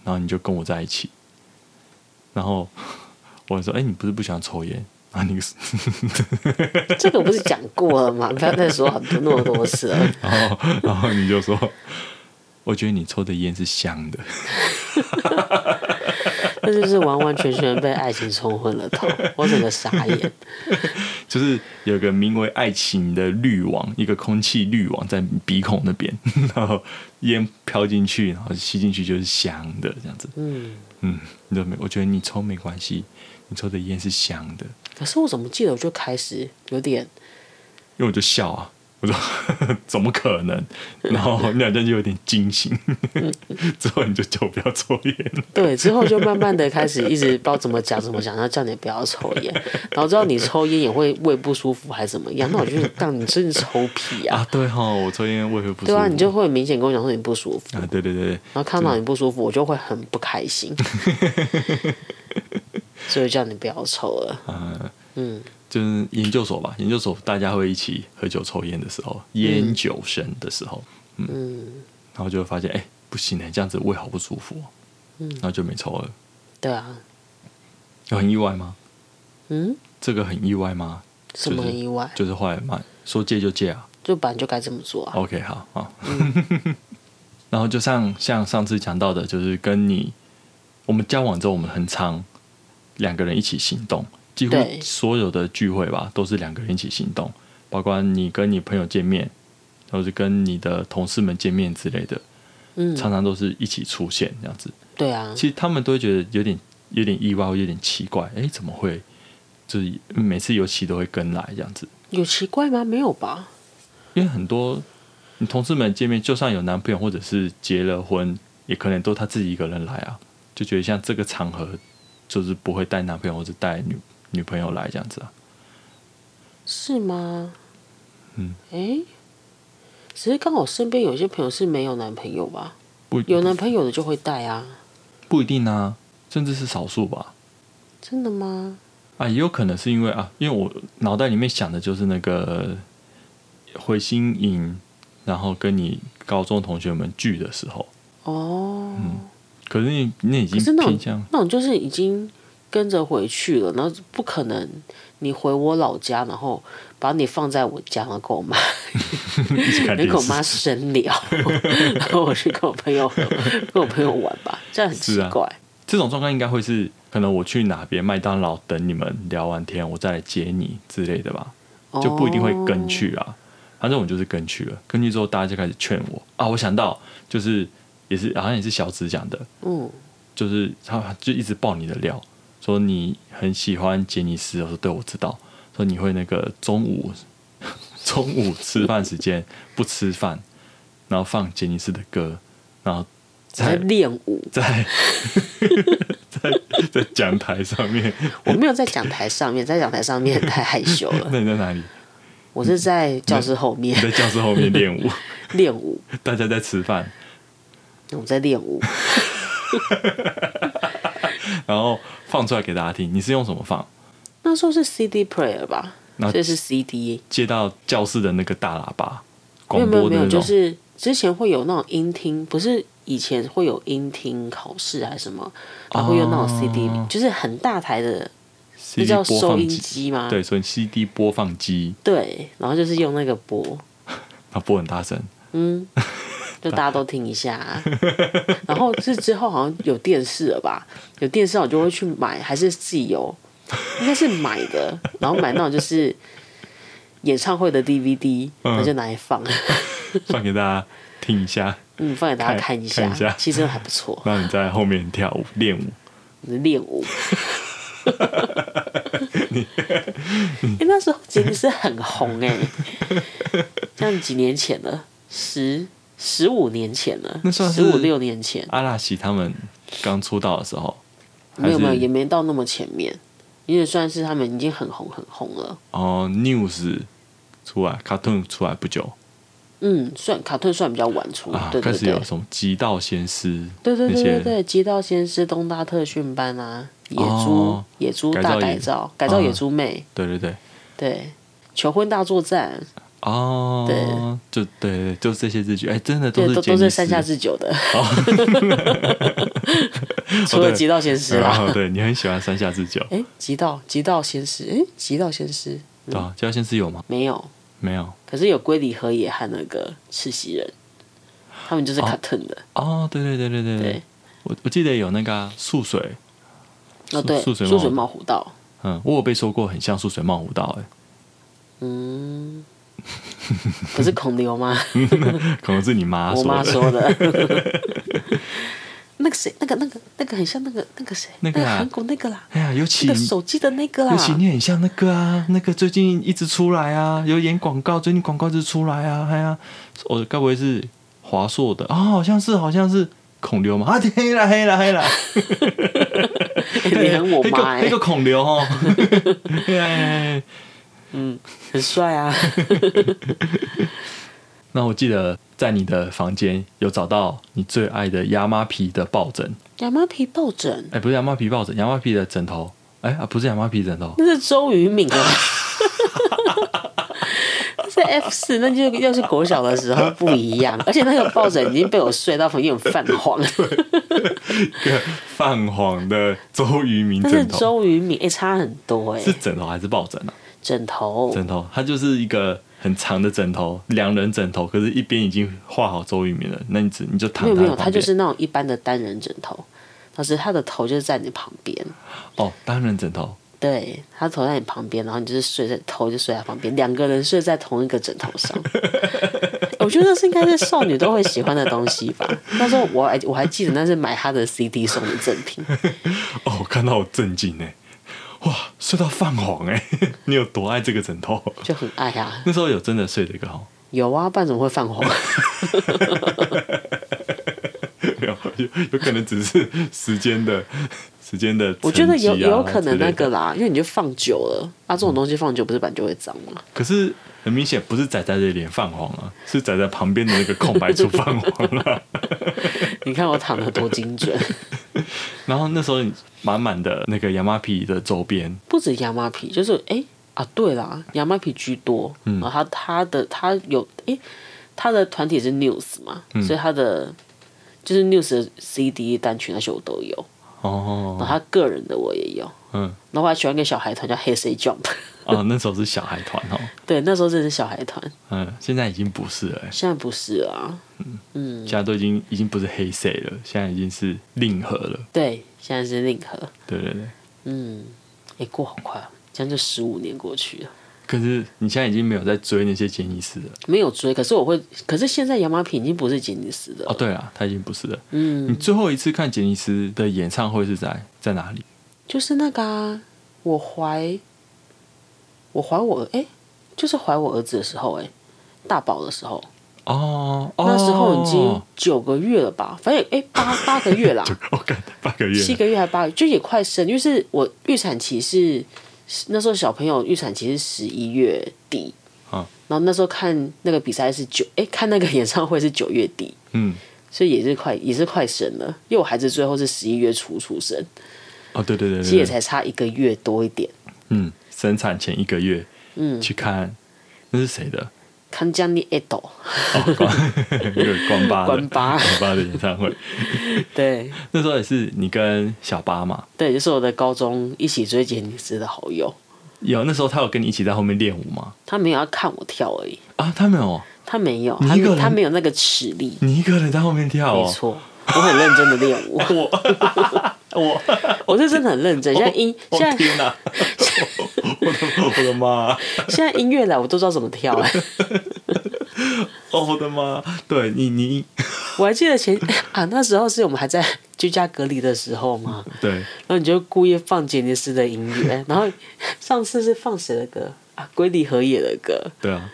[SPEAKER 1] 然后你就跟我在一起，然后我说：“哎、你不是不喜欢抽烟？”然后你，
[SPEAKER 2] 这个不是讲过了吗？不要再说很多 那么多啊次了。
[SPEAKER 1] 然后然后你就说：“我觉得你抽的烟是香的。
[SPEAKER 2] 那就是完完全全被爱情冲昏了头，我整个傻眼。”
[SPEAKER 1] 就是有个名为爱情的滤网，一个空气滤网在鼻孔 那边，然后烟飘进去，然后吸进去就是香的这样子。
[SPEAKER 2] 嗯，
[SPEAKER 1] 嗯，你都没，我觉得你抽没关系，你抽的烟是香的，
[SPEAKER 2] 可是我怎么记得我就开始有点，
[SPEAKER 1] 因为我就笑啊，我说 怎么可能？然后你好像就有点惊醒，
[SPEAKER 2] 嗯
[SPEAKER 1] 之后你就叫我不要抽烟了。
[SPEAKER 2] 对，之后就慢慢的开始一直不知道怎么讲怎么讲，然后叫你不要抽烟，然后知道你抽烟也会胃不舒服还是怎么样，那我就让你真是抽屁啊
[SPEAKER 1] 啊，，对哈，我抽烟胃会不舒服。
[SPEAKER 2] 对啊，你就会明显跟我讲说你不舒服，
[SPEAKER 1] 啊，对对对对，
[SPEAKER 2] 然后看到你不舒服，我就会很不开 心，所以叫你不要抽了。
[SPEAKER 1] 呃，
[SPEAKER 2] 嗯，
[SPEAKER 1] 就是研究所吧，研究所大家会一起喝酒抽烟的时候，
[SPEAKER 2] 嗯
[SPEAKER 1] 烟酒神的时候，嗯，然后就会发现哎、不行哎、这样子胃好不舒服、哦，嗯，然后就没抽了，
[SPEAKER 2] 对啊，
[SPEAKER 1] 有很意外吗？
[SPEAKER 2] 嗯，
[SPEAKER 1] 这个很意外吗？
[SPEAKER 2] 什么很意外？
[SPEAKER 1] 就是后来嘛，说戒就哦戒啊。
[SPEAKER 2] 就本来就该这么做啊。
[SPEAKER 1] OK，好好。
[SPEAKER 2] 嗯
[SPEAKER 1] 然后就像像上次讲到的，就是跟你我们交往之后，我们很常两个人一起行动，几乎
[SPEAKER 2] 对
[SPEAKER 1] 所有的聚会吧，都是两个人一起行动，包括你跟你朋友见面，或是跟你的同事们见面之类的，
[SPEAKER 2] 嗯，
[SPEAKER 1] 常常都是一起出现这样子。
[SPEAKER 2] 对啊，
[SPEAKER 1] 其实他们都会觉得有点有点意外，或有点奇怪，哎，怎么会？就是每次尤其都会跟来这样子，
[SPEAKER 2] 有奇怪吗？没有吧？
[SPEAKER 1] 因为很多你同事们见面，就算有男朋友或者是结了婚，也可能都他自己一个人来啊，就觉得像这个场合就是不会带男朋友或者带女女朋友来这样子啊。
[SPEAKER 2] 是吗？
[SPEAKER 1] 嗯，
[SPEAKER 2] 诶，只是刚好身边有些朋友是没有男朋友吧？
[SPEAKER 1] 不
[SPEAKER 2] 有男朋友的就会带啊，
[SPEAKER 1] 不一定啊，甚至是少数吧。
[SPEAKER 2] 真的吗？
[SPEAKER 1] 啊，也有可能是因为啊，因为我脑袋里面想的就是那个回心营，然后跟你高中同学们聚的时候，
[SPEAKER 2] 哦，
[SPEAKER 1] 可是你你已经
[SPEAKER 2] 可是那
[SPEAKER 1] 嗯偏
[SPEAKER 2] 种
[SPEAKER 1] 向
[SPEAKER 2] 那种就是已经跟着回去了，然后不可能你回我老家，然后把你放在我家，然后跟 我妈
[SPEAKER 1] 一起看
[SPEAKER 2] 跟
[SPEAKER 1] 电
[SPEAKER 2] 我
[SPEAKER 1] 视
[SPEAKER 2] 妈深聊，然后 我去跟我朋友跟我朋友玩吧，这样很奇
[SPEAKER 1] 是啊
[SPEAKER 2] 怪。
[SPEAKER 1] 这种状况应该会是，可能我去哪边麦当劳等你们聊完天，我再来接你之类的吧，就不一定会跟去啊。反正我就是跟去了，跟去之后大家就开始劝我啊。我想到就是也是好像也是小紫讲的，
[SPEAKER 2] 哦。嗯，
[SPEAKER 1] 就是他就一直爆你的料，说你很喜欢杰尼斯，我说对，我知道，说你会那个中午 中午吃饭时间不吃饭，然后放杰尼斯的歌，然后再
[SPEAKER 2] 在练舞，
[SPEAKER 1] 在 在在讲台上面，
[SPEAKER 2] 我没有在讲台上面，在讲台上面太害羞了。
[SPEAKER 1] 那你在哪里？
[SPEAKER 2] 我是在
[SPEAKER 1] 嗯
[SPEAKER 2] 教室后面
[SPEAKER 1] 你在教室后面练舞，
[SPEAKER 2] 练舞，
[SPEAKER 1] 大家在吃饭，
[SPEAKER 2] 我在练舞。
[SPEAKER 1] 然后放出来给大家听。你是用什么放？
[SPEAKER 2] 那时候是 CD player 吧，
[SPEAKER 1] 那
[SPEAKER 2] 所以是 CD。
[SPEAKER 1] 接到教室的那个大喇叭
[SPEAKER 2] 没有
[SPEAKER 1] 广
[SPEAKER 2] 没有
[SPEAKER 1] 播的
[SPEAKER 2] 没
[SPEAKER 1] 那
[SPEAKER 2] 有，
[SPEAKER 1] 种，
[SPEAKER 2] 就是之前会有那种音听，不是以前会有音听考试还是什么，然后会用那种 CD，、
[SPEAKER 1] 哦
[SPEAKER 2] 就是很大台的，那
[SPEAKER 1] CD
[SPEAKER 2] 叫
[SPEAKER 1] 播
[SPEAKER 2] 收
[SPEAKER 1] 放
[SPEAKER 2] 音
[SPEAKER 1] 机
[SPEAKER 2] 机吗？
[SPEAKER 1] 对，所以 CD 播放机，
[SPEAKER 2] 对，然后就是用那个播，
[SPEAKER 1] 它播很大声。
[SPEAKER 2] 嗯，就大家都听一下、啊 然后是之后好像有电视了吧？有电视我就会去买，还是自己有，应该是买的。然后买那种就是演唱会的 DVD，
[SPEAKER 1] 嗯
[SPEAKER 2] 那就拿来 放，
[SPEAKER 1] 放给大家听一下，
[SPEAKER 2] 嗯，放给大家
[SPEAKER 1] 看
[SPEAKER 2] 看一下，
[SPEAKER 1] 看一下
[SPEAKER 2] 其实真的还不错，
[SPEAKER 1] 让你在后面跳舞练舞。
[SPEAKER 2] 练舞。 哎、那时候杰尼斯很红哎、这样几年前了，十十五年前了，
[SPEAKER 1] 那算
[SPEAKER 2] 十
[SPEAKER 1] 是
[SPEAKER 2] 五六年前，
[SPEAKER 1] 阿拉西他们刚出道的时候，还
[SPEAKER 2] 没有没有，也
[SPEAKER 1] 是
[SPEAKER 2] 没到那么前面，因为算是他们已经很红很红了。
[SPEAKER 1] 哦 News 出来，Cartoon 出来不久
[SPEAKER 2] 嗯，算卡顿算比较晚出，
[SPEAKER 1] 啊，
[SPEAKER 2] 对
[SPEAKER 1] 开
[SPEAKER 2] 对
[SPEAKER 1] 始
[SPEAKER 2] 对
[SPEAKER 1] 有，什么《极道先师》
[SPEAKER 2] 对对
[SPEAKER 1] 那
[SPEAKER 2] 对
[SPEAKER 1] 些
[SPEAKER 2] 对对，街道先师、东大特训班啊，野猪、
[SPEAKER 1] 哦
[SPEAKER 2] 野猪
[SPEAKER 1] 改
[SPEAKER 2] 大
[SPEAKER 1] 造野
[SPEAKER 2] 改造、改造
[SPEAKER 1] 啊
[SPEAKER 2] 野猪妹，
[SPEAKER 1] 对对对，
[SPEAKER 2] 对，求婚大作战，
[SPEAKER 1] 哦，就对对对，就这些字句，哎，真的都
[SPEAKER 2] 对，
[SPEAKER 1] 是
[SPEAKER 2] 都
[SPEAKER 1] 杰
[SPEAKER 2] 都
[SPEAKER 1] 尼
[SPEAKER 2] 是
[SPEAKER 1] 斯
[SPEAKER 2] 山下智久的， 除
[SPEAKER 1] 哦
[SPEAKER 2] 了
[SPEAKER 1] 对啊
[SPEAKER 2] 街道先师 啦。
[SPEAKER 1] 哦，对你很喜欢山下智 久，
[SPEAKER 2] 哎，极道极道先师，哎，极道先师
[SPEAKER 1] 对啊，极道先师有吗？
[SPEAKER 2] 没有，
[SPEAKER 1] 没有。
[SPEAKER 2] 可是有龟梨和也和那个赤西仁，他们就是卡顿的，
[SPEAKER 1] 哦，对对对对对
[SPEAKER 2] 对，
[SPEAKER 1] 我我记得有那个啊素水，
[SPEAKER 2] 哦对，
[SPEAKER 1] 素水
[SPEAKER 2] 素水
[SPEAKER 1] 帽
[SPEAKER 2] 冒虎道，
[SPEAKER 1] 嗯，我有被说过很像素水茂舞蹈，哎，
[SPEAKER 2] 嗯， 不 是孔刘吗？
[SPEAKER 1] 欸可能是你妈
[SPEAKER 2] 我
[SPEAKER 1] 说
[SPEAKER 2] 妈
[SPEAKER 1] 的。
[SPEAKER 2] 说的。那个谁，那个那个那个很像那个那个谁，
[SPEAKER 1] 那个啊
[SPEAKER 2] 韩国那个啦，
[SPEAKER 1] 哎呀，尤
[SPEAKER 2] 那
[SPEAKER 1] 其
[SPEAKER 2] 个手机的那个啦
[SPEAKER 1] 尤， 其你很像那个啊，那个最近一直出来啊，有演广告，最近广告一直出来啊，哎呀，我该不会是华硕的啊、好像是，好像是孔刘嘛，啊，黑啦黑啦黑啦，
[SPEAKER 2] 你很我
[SPEAKER 1] 那
[SPEAKER 2] 妈
[SPEAKER 1] 个
[SPEAKER 2] 哎、
[SPEAKER 1] 那个孔刘 哦，嘿嘿嘿
[SPEAKER 2] 嗯，很帅啊，
[SPEAKER 1] 那我记得在你的房间有找到你最爱的亚麻皮的抱枕，
[SPEAKER 2] 亚麻皮抱枕，
[SPEAKER 1] 哎、不是亚麻皮抱枕，亚麻皮的枕头，哎、啊，不是亚麻皮枕头，
[SPEAKER 2] 那是周渝民啊。 那是 F 四，那就要是国小的时候不一样，而且那个抱枕已经被我睡到有点泛黄。
[SPEAKER 1] 一个 泛黄的周渝民
[SPEAKER 2] 但是
[SPEAKER 1] 枕头，
[SPEAKER 2] 周渝民哎、差很多哎、
[SPEAKER 1] 是枕头还是抱枕啊？
[SPEAKER 2] 枕头
[SPEAKER 1] 枕头，它就是一个很长的枕头，两人枕头，可是一边已经画好周渝民了，那你只你就躺
[SPEAKER 2] 没有
[SPEAKER 1] 它
[SPEAKER 2] 没
[SPEAKER 1] 的
[SPEAKER 2] 有，
[SPEAKER 1] 旁
[SPEAKER 2] 它
[SPEAKER 1] 边
[SPEAKER 2] 就是那种一般的单人枕头，但是它的头就是在你旁边，
[SPEAKER 1] 哦，单人枕头，
[SPEAKER 2] 对，它头在你旁边，然后你就是睡在头就睡在旁边，两个人睡在同一个枕头 上。我觉得那是应该是少女都会喜欢的东西吧。那时候我还我还记得那是买他的 CD 送的赠 品，
[SPEAKER 1] 哦，我看到我震惊哎，哇，睡到泛黄哎， 你有多爱这个枕头？
[SPEAKER 2] 就很爱啊。
[SPEAKER 1] 那时候有真的睡这个哦，
[SPEAKER 2] 有啊，不然怎么会泛黄？
[SPEAKER 1] 没有，有有可能只是时间的 时间的、啊
[SPEAKER 2] 我觉得有有可能
[SPEAKER 1] 之
[SPEAKER 2] 那
[SPEAKER 1] 类
[SPEAKER 2] 个
[SPEAKER 1] 的，
[SPEAKER 2] 啦，因为你就放久了啊，这种东西放久不是本来就会脏 吗？
[SPEAKER 1] 可是很明显不是仔仔的脸泛黄啊，是仔仔旁边的那个空白处泛黄啊了、
[SPEAKER 2] 你看我躺的多精准，
[SPEAKER 1] 然后那时候你满满的那个亚麻皮的周边，
[SPEAKER 2] 不止亚麻皮，就是哎、啊，对啦，亚麻皮居多，然后他他的他有哎、他的团体是 News 嘛，所以他的就是 News 的 CD 单曲那些我都有，然后
[SPEAKER 1] 哦，
[SPEAKER 2] 他个人的我也有，
[SPEAKER 1] 嗯，
[SPEAKER 2] 然后我还喜欢一个小孩团叫 Hey Say Jump，
[SPEAKER 1] 哦，那时候是小孩团哦，
[SPEAKER 2] 对，那时候真的是小孩团，
[SPEAKER 1] 嗯，现在已经不是了、欸，
[SPEAKER 2] 现在不是啊，
[SPEAKER 1] 现在都已经已经不是黑 C 了，现在已经是令和了，
[SPEAKER 2] 对，现在是令和，
[SPEAKER 1] 对对对。
[SPEAKER 2] 嗯，哎、过好快、啊，这样就十五年过去了。
[SPEAKER 1] 可是你现在已经没有在追那些杰尼斯了。
[SPEAKER 2] 没有追，可是我会，可是现在亚麻皮已经不是吉尼斯的了
[SPEAKER 1] 哦，对了，他已经不是了。
[SPEAKER 2] 嗯，
[SPEAKER 1] 你最后一次看杰尼斯的演唱会是在在哪里？
[SPEAKER 2] 就是那个、啊、我怀我怀我哎、就是怀我儿子的时候哎、大宝的时候，
[SPEAKER 1] 哦，哦
[SPEAKER 2] 那时候已经九个月了吧，反正哎八八个月啦，
[SPEAKER 1] 我看八个月
[SPEAKER 2] 七
[SPEAKER 1] 了，
[SPEAKER 2] 个月还八个月，就也快生，因为是我预产期是那时候小朋友预产期是十一月底，
[SPEAKER 1] 嗯
[SPEAKER 2] 然后那时候看那个比赛是九哎、看那个演唱会是九月底，
[SPEAKER 1] 嗯，
[SPEAKER 2] 所以也是快也是快生了，因为我孩子最后是十一月初出生，
[SPEAKER 1] 哦，对对对
[SPEAKER 2] 其实也
[SPEAKER 1] 对对，
[SPEAKER 2] 才差一个月多一点。
[SPEAKER 1] 嗯，生产前一个月，
[SPEAKER 2] 嗯
[SPEAKER 1] 去看那是谁的？
[SPEAKER 2] 康江尼 d o
[SPEAKER 1] 哦，关 那个关八的
[SPEAKER 2] 关八
[SPEAKER 1] 关八的演唱会，
[SPEAKER 2] 对
[SPEAKER 1] 那时候也是你跟小八嘛，
[SPEAKER 2] 对，就是我的高中一起追杰尼斯的好友，
[SPEAKER 1] 有那时候他有跟你一起在后面练舞吗？
[SPEAKER 2] 他没有要看我跳而已，
[SPEAKER 1] 啊，他没有哦，
[SPEAKER 2] 他没有，
[SPEAKER 1] 你
[SPEAKER 2] 他
[SPEAKER 1] 一个人
[SPEAKER 2] 他没有那个齿力，
[SPEAKER 1] 你一个人在后面跳
[SPEAKER 2] 没
[SPEAKER 1] 哦。
[SPEAKER 2] 错。我很认真的练 舞，
[SPEAKER 1] 我
[SPEAKER 2] 我是真的很认真。现在音
[SPEAKER 1] 我
[SPEAKER 2] 现在
[SPEAKER 1] 哦天 哪！ 我的我的妈！
[SPEAKER 2] 现在音乐来，我都知道怎么跳了。
[SPEAKER 1] 哦，我的妈！对你你
[SPEAKER 2] 我还记得前 啊，那时候是我们还在居家隔离的时候嘛，
[SPEAKER 1] 对
[SPEAKER 2] 然后你就故意放杰尼斯的音乐，然后上次是放谁的歌啊？龟梨和也的歌，
[SPEAKER 1] 对啊，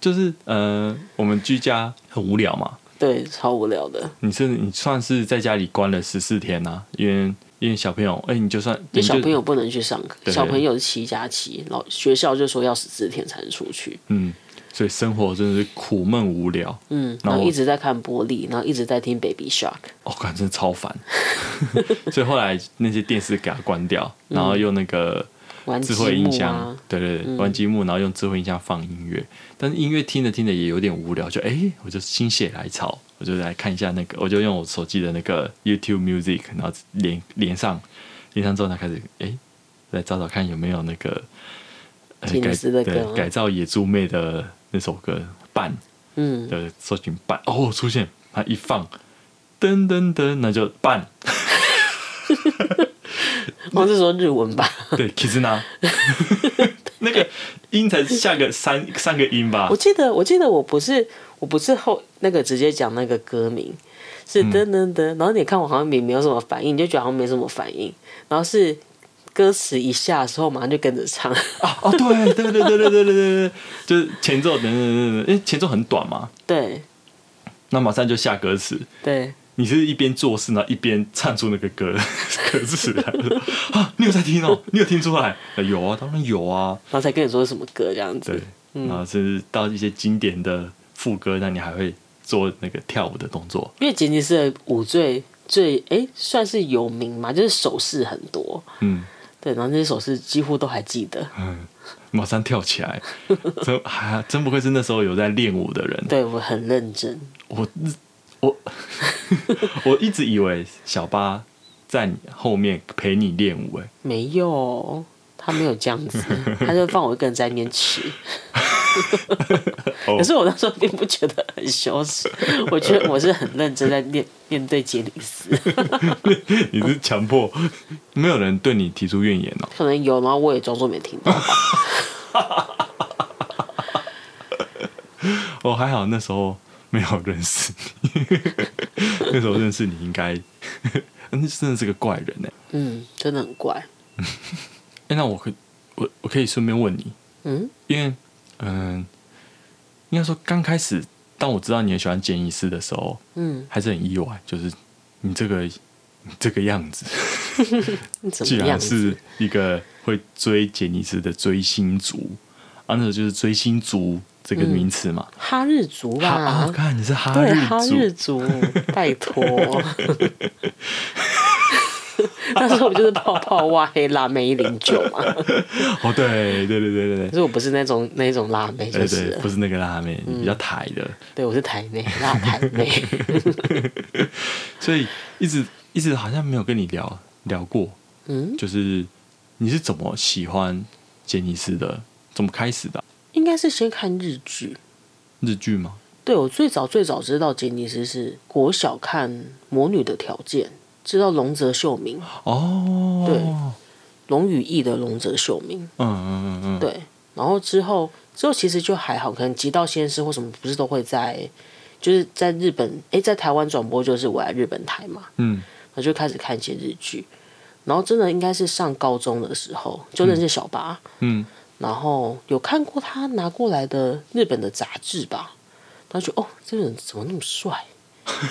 [SPEAKER 1] 就是呃，我们居家很无聊嘛。
[SPEAKER 2] 对，超无聊的。
[SPEAKER 1] 你是你算是在家里关了十四天呐、因为因为小朋友，哎、你就算
[SPEAKER 2] 因为
[SPEAKER 1] 你
[SPEAKER 2] 小
[SPEAKER 1] 就
[SPEAKER 2] 朋友不能去上课，
[SPEAKER 1] 对
[SPEAKER 2] 小朋友是七加七，老学校就说要十四天才能出去，
[SPEAKER 1] 嗯，所以生活真的是苦闷无聊。
[SPEAKER 2] 嗯，
[SPEAKER 1] 然
[SPEAKER 2] 然
[SPEAKER 1] 后
[SPEAKER 2] 后一直在看玻璃，然后一直在听 Baby Shark，
[SPEAKER 1] 哦，感真的超烦。 所以后来那些电视给它关掉，然后用那个
[SPEAKER 2] 玩积
[SPEAKER 1] 智慧音
[SPEAKER 2] 木
[SPEAKER 1] 箱，
[SPEAKER 2] 啊，
[SPEAKER 1] 对对对，玩积木，然后用智慧音箱放音乐。但是音乐听着听着也有点无聊，就哎、我就心血来潮，我就来看一下那个，我就用我手机的那个 YouTube Music，然后连连上，连上之后，他开始哎、来找找看有没有那个、呃
[SPEAKER 2] 吉尼斯的歌啊
[SPEAKER 1] 对改造野猪妹的那首歌伴
[SPEAKER 2] 嗯，
[SPEAKER 1] 的搜寻伴哦出现，它一放，噔噔噔，那就伴。
[SPEAKER 2] 我是说日文吧，
[SPEAKER 1] 对 k i z n a 那个音才下个三三个音吧
[SPEAKER 2] 我？记得，我记得我不是我不是后那个直接讲那个歌名，是
[SPEAKER 1] 嗯
[SPEAKER 2] 噔噔噔，然后你看我好像也没有什么反应，你就觉得好像没什么反应，然后是歌词一下的时候马上就跟着唱，
[SPEAKER 1] 啊哦，对对对对对对对对对，就是前奏等等等等，因为前奏很短嘛，
[SPEAKER 2] 对
[SPEAKER 1] 那马上就下歌词。
[SPEAKER 2] 对，
[SPEAKER 1] 你是一边做事呢，一边唱出那个歌 歌词来了啊！你有在听哦？你有听出来？呃有啊，当然有啊。
[SPEAKER 2] 然后才跟你说是什么歌这样
[SPEAKER 1] 对嗯
[SPEAKER 2] 子，，
[SPEAKER 1] 然后甚至啊到一些经典的副歌，那你还会做那个跳舞的动作。
[SPEAKER 2] 因为剪辑师的舞最最哎算是有名嘛，就是手势很多，
[SPEAKER 1] 嗯
[SPEAKER 2] 对，然后那些手势几乎都还记得，
[SPEAKER 1] 嗯，马上跳起来，真还、真不愧是那时候有在练舞的人。
[SPEAKER 2] 对我很认真，
[SPEAKER 1] 我我我一直以为小八在你后面陪你练舞、欸，
[SPEAKER 2] 没有。他没有 这样子，他就放我一个人在那边吃。
[SPEAKER 1] 哦
[SPEAKER 2] 可是我那时候并不觉得很羞耻，我觉得我是很认真在面面对杰里斯。
[SPEAKER 1] 你是强迫，没有人对你提出怨言哦、
[SPEAKER 2] 可能有，然后我也装作没听 到。
[SPEAKER 1] 哦，还好那时候没有认识你， 那时候认识你应该，那真的是个怪人哎、
[SPEAKER 2] 嗯，真的很怪。
[SPEAKER 1] 哎、那我可我我可以顺便问你，
[SPEAKER 2] 嗯，
[SPEAKER 1] 因为嗯、应该说刚开始当我知道你很喜欢剪医师的时候，
[SPEAKER 2] 嗯，
[SPEAKER 1] 还是很意外，就是你这个你这个样子，
[SPEAKER 2] 你怎
[SPEAKER 1] 既
[SPEAKER 2] 么样
[SPEAKER 1] 然
[SPEAKER 2] 子？
[SPEAKER 1] 是一个会追剪医师的追星族，啊，那时候就是追星族这个名词嘛。
[SPEAKER 2] 哈日族
[SPEAKER 1] 哈啊！
[SPEAKER 2] 吧？
[SPEAKER 1] 看你是哈
[SPEAKER 2] 嗯对，
[SPEAKER 1] 日
[SPEAKER 2] 哈
[SPEAKER 1] 族，
[SPEAKER 2] 日 族，拜托。 那时候我就是泡泡袜、黑辣妹一零九 嘛，
[SPEAKER 1] 哦，对对对对对
[SPEAKER 2] 可是我不是那种那种辣妹，
[SPEAKER 1] 对，
[SPEAKER 2] 就
[SPEAKER 1] 对
[SPEAKER 2] 是
[SPEAKER 1] 哎
[SPEAKER 2] 嗯
[SPEAKER 1] 对，
[SPEAKER 2] 了
[SPEAKER 1] 不是那个辣妹，比较台的，
[SPEAKER 2] 对，我是台妹，辣台 妹。
[SPEAKER 1] 所以一直一直好像没有跟你聊聊过，
[SPEAKER 2] 嗯，
[SPEAKER 1] 就是你是怎么喜欢杰尼斯的，怎么开始的啊、
[SPEAKER 2] 应该是先看日剧。
[SPEAKER 1] 日剧吗？
[SPEAKER 2] 对我最早最早知道杰尼斯是国小看《魔女的条件》，知道龙泽秀明，
[SPEAKER 1] 哦，
[SPEAKER 2] 对
[SPEAKER 1] 嗯
[SPEAKER 2] 龙与翼的龙泽秀明。
[SPEAKER 1] 嗯嗯嗯，
[SPEAKER 2] 对，然后之后之后其实就还好，可能极道先生或什么不是都会在，就是在日本，诶，在台湾转播就是我来日本台嘛，
[SPEAKER 1] 嗯，
[SPEAKER 2] 我就开始看一些日剧，然后真的应该是上高中的时候就认识小八，
[SPEAKER 1] 嗯
[SPEAKER 2] 然后有看过他拿过来的日本的杂志吧，然后就哦，这个人怎么那么帅，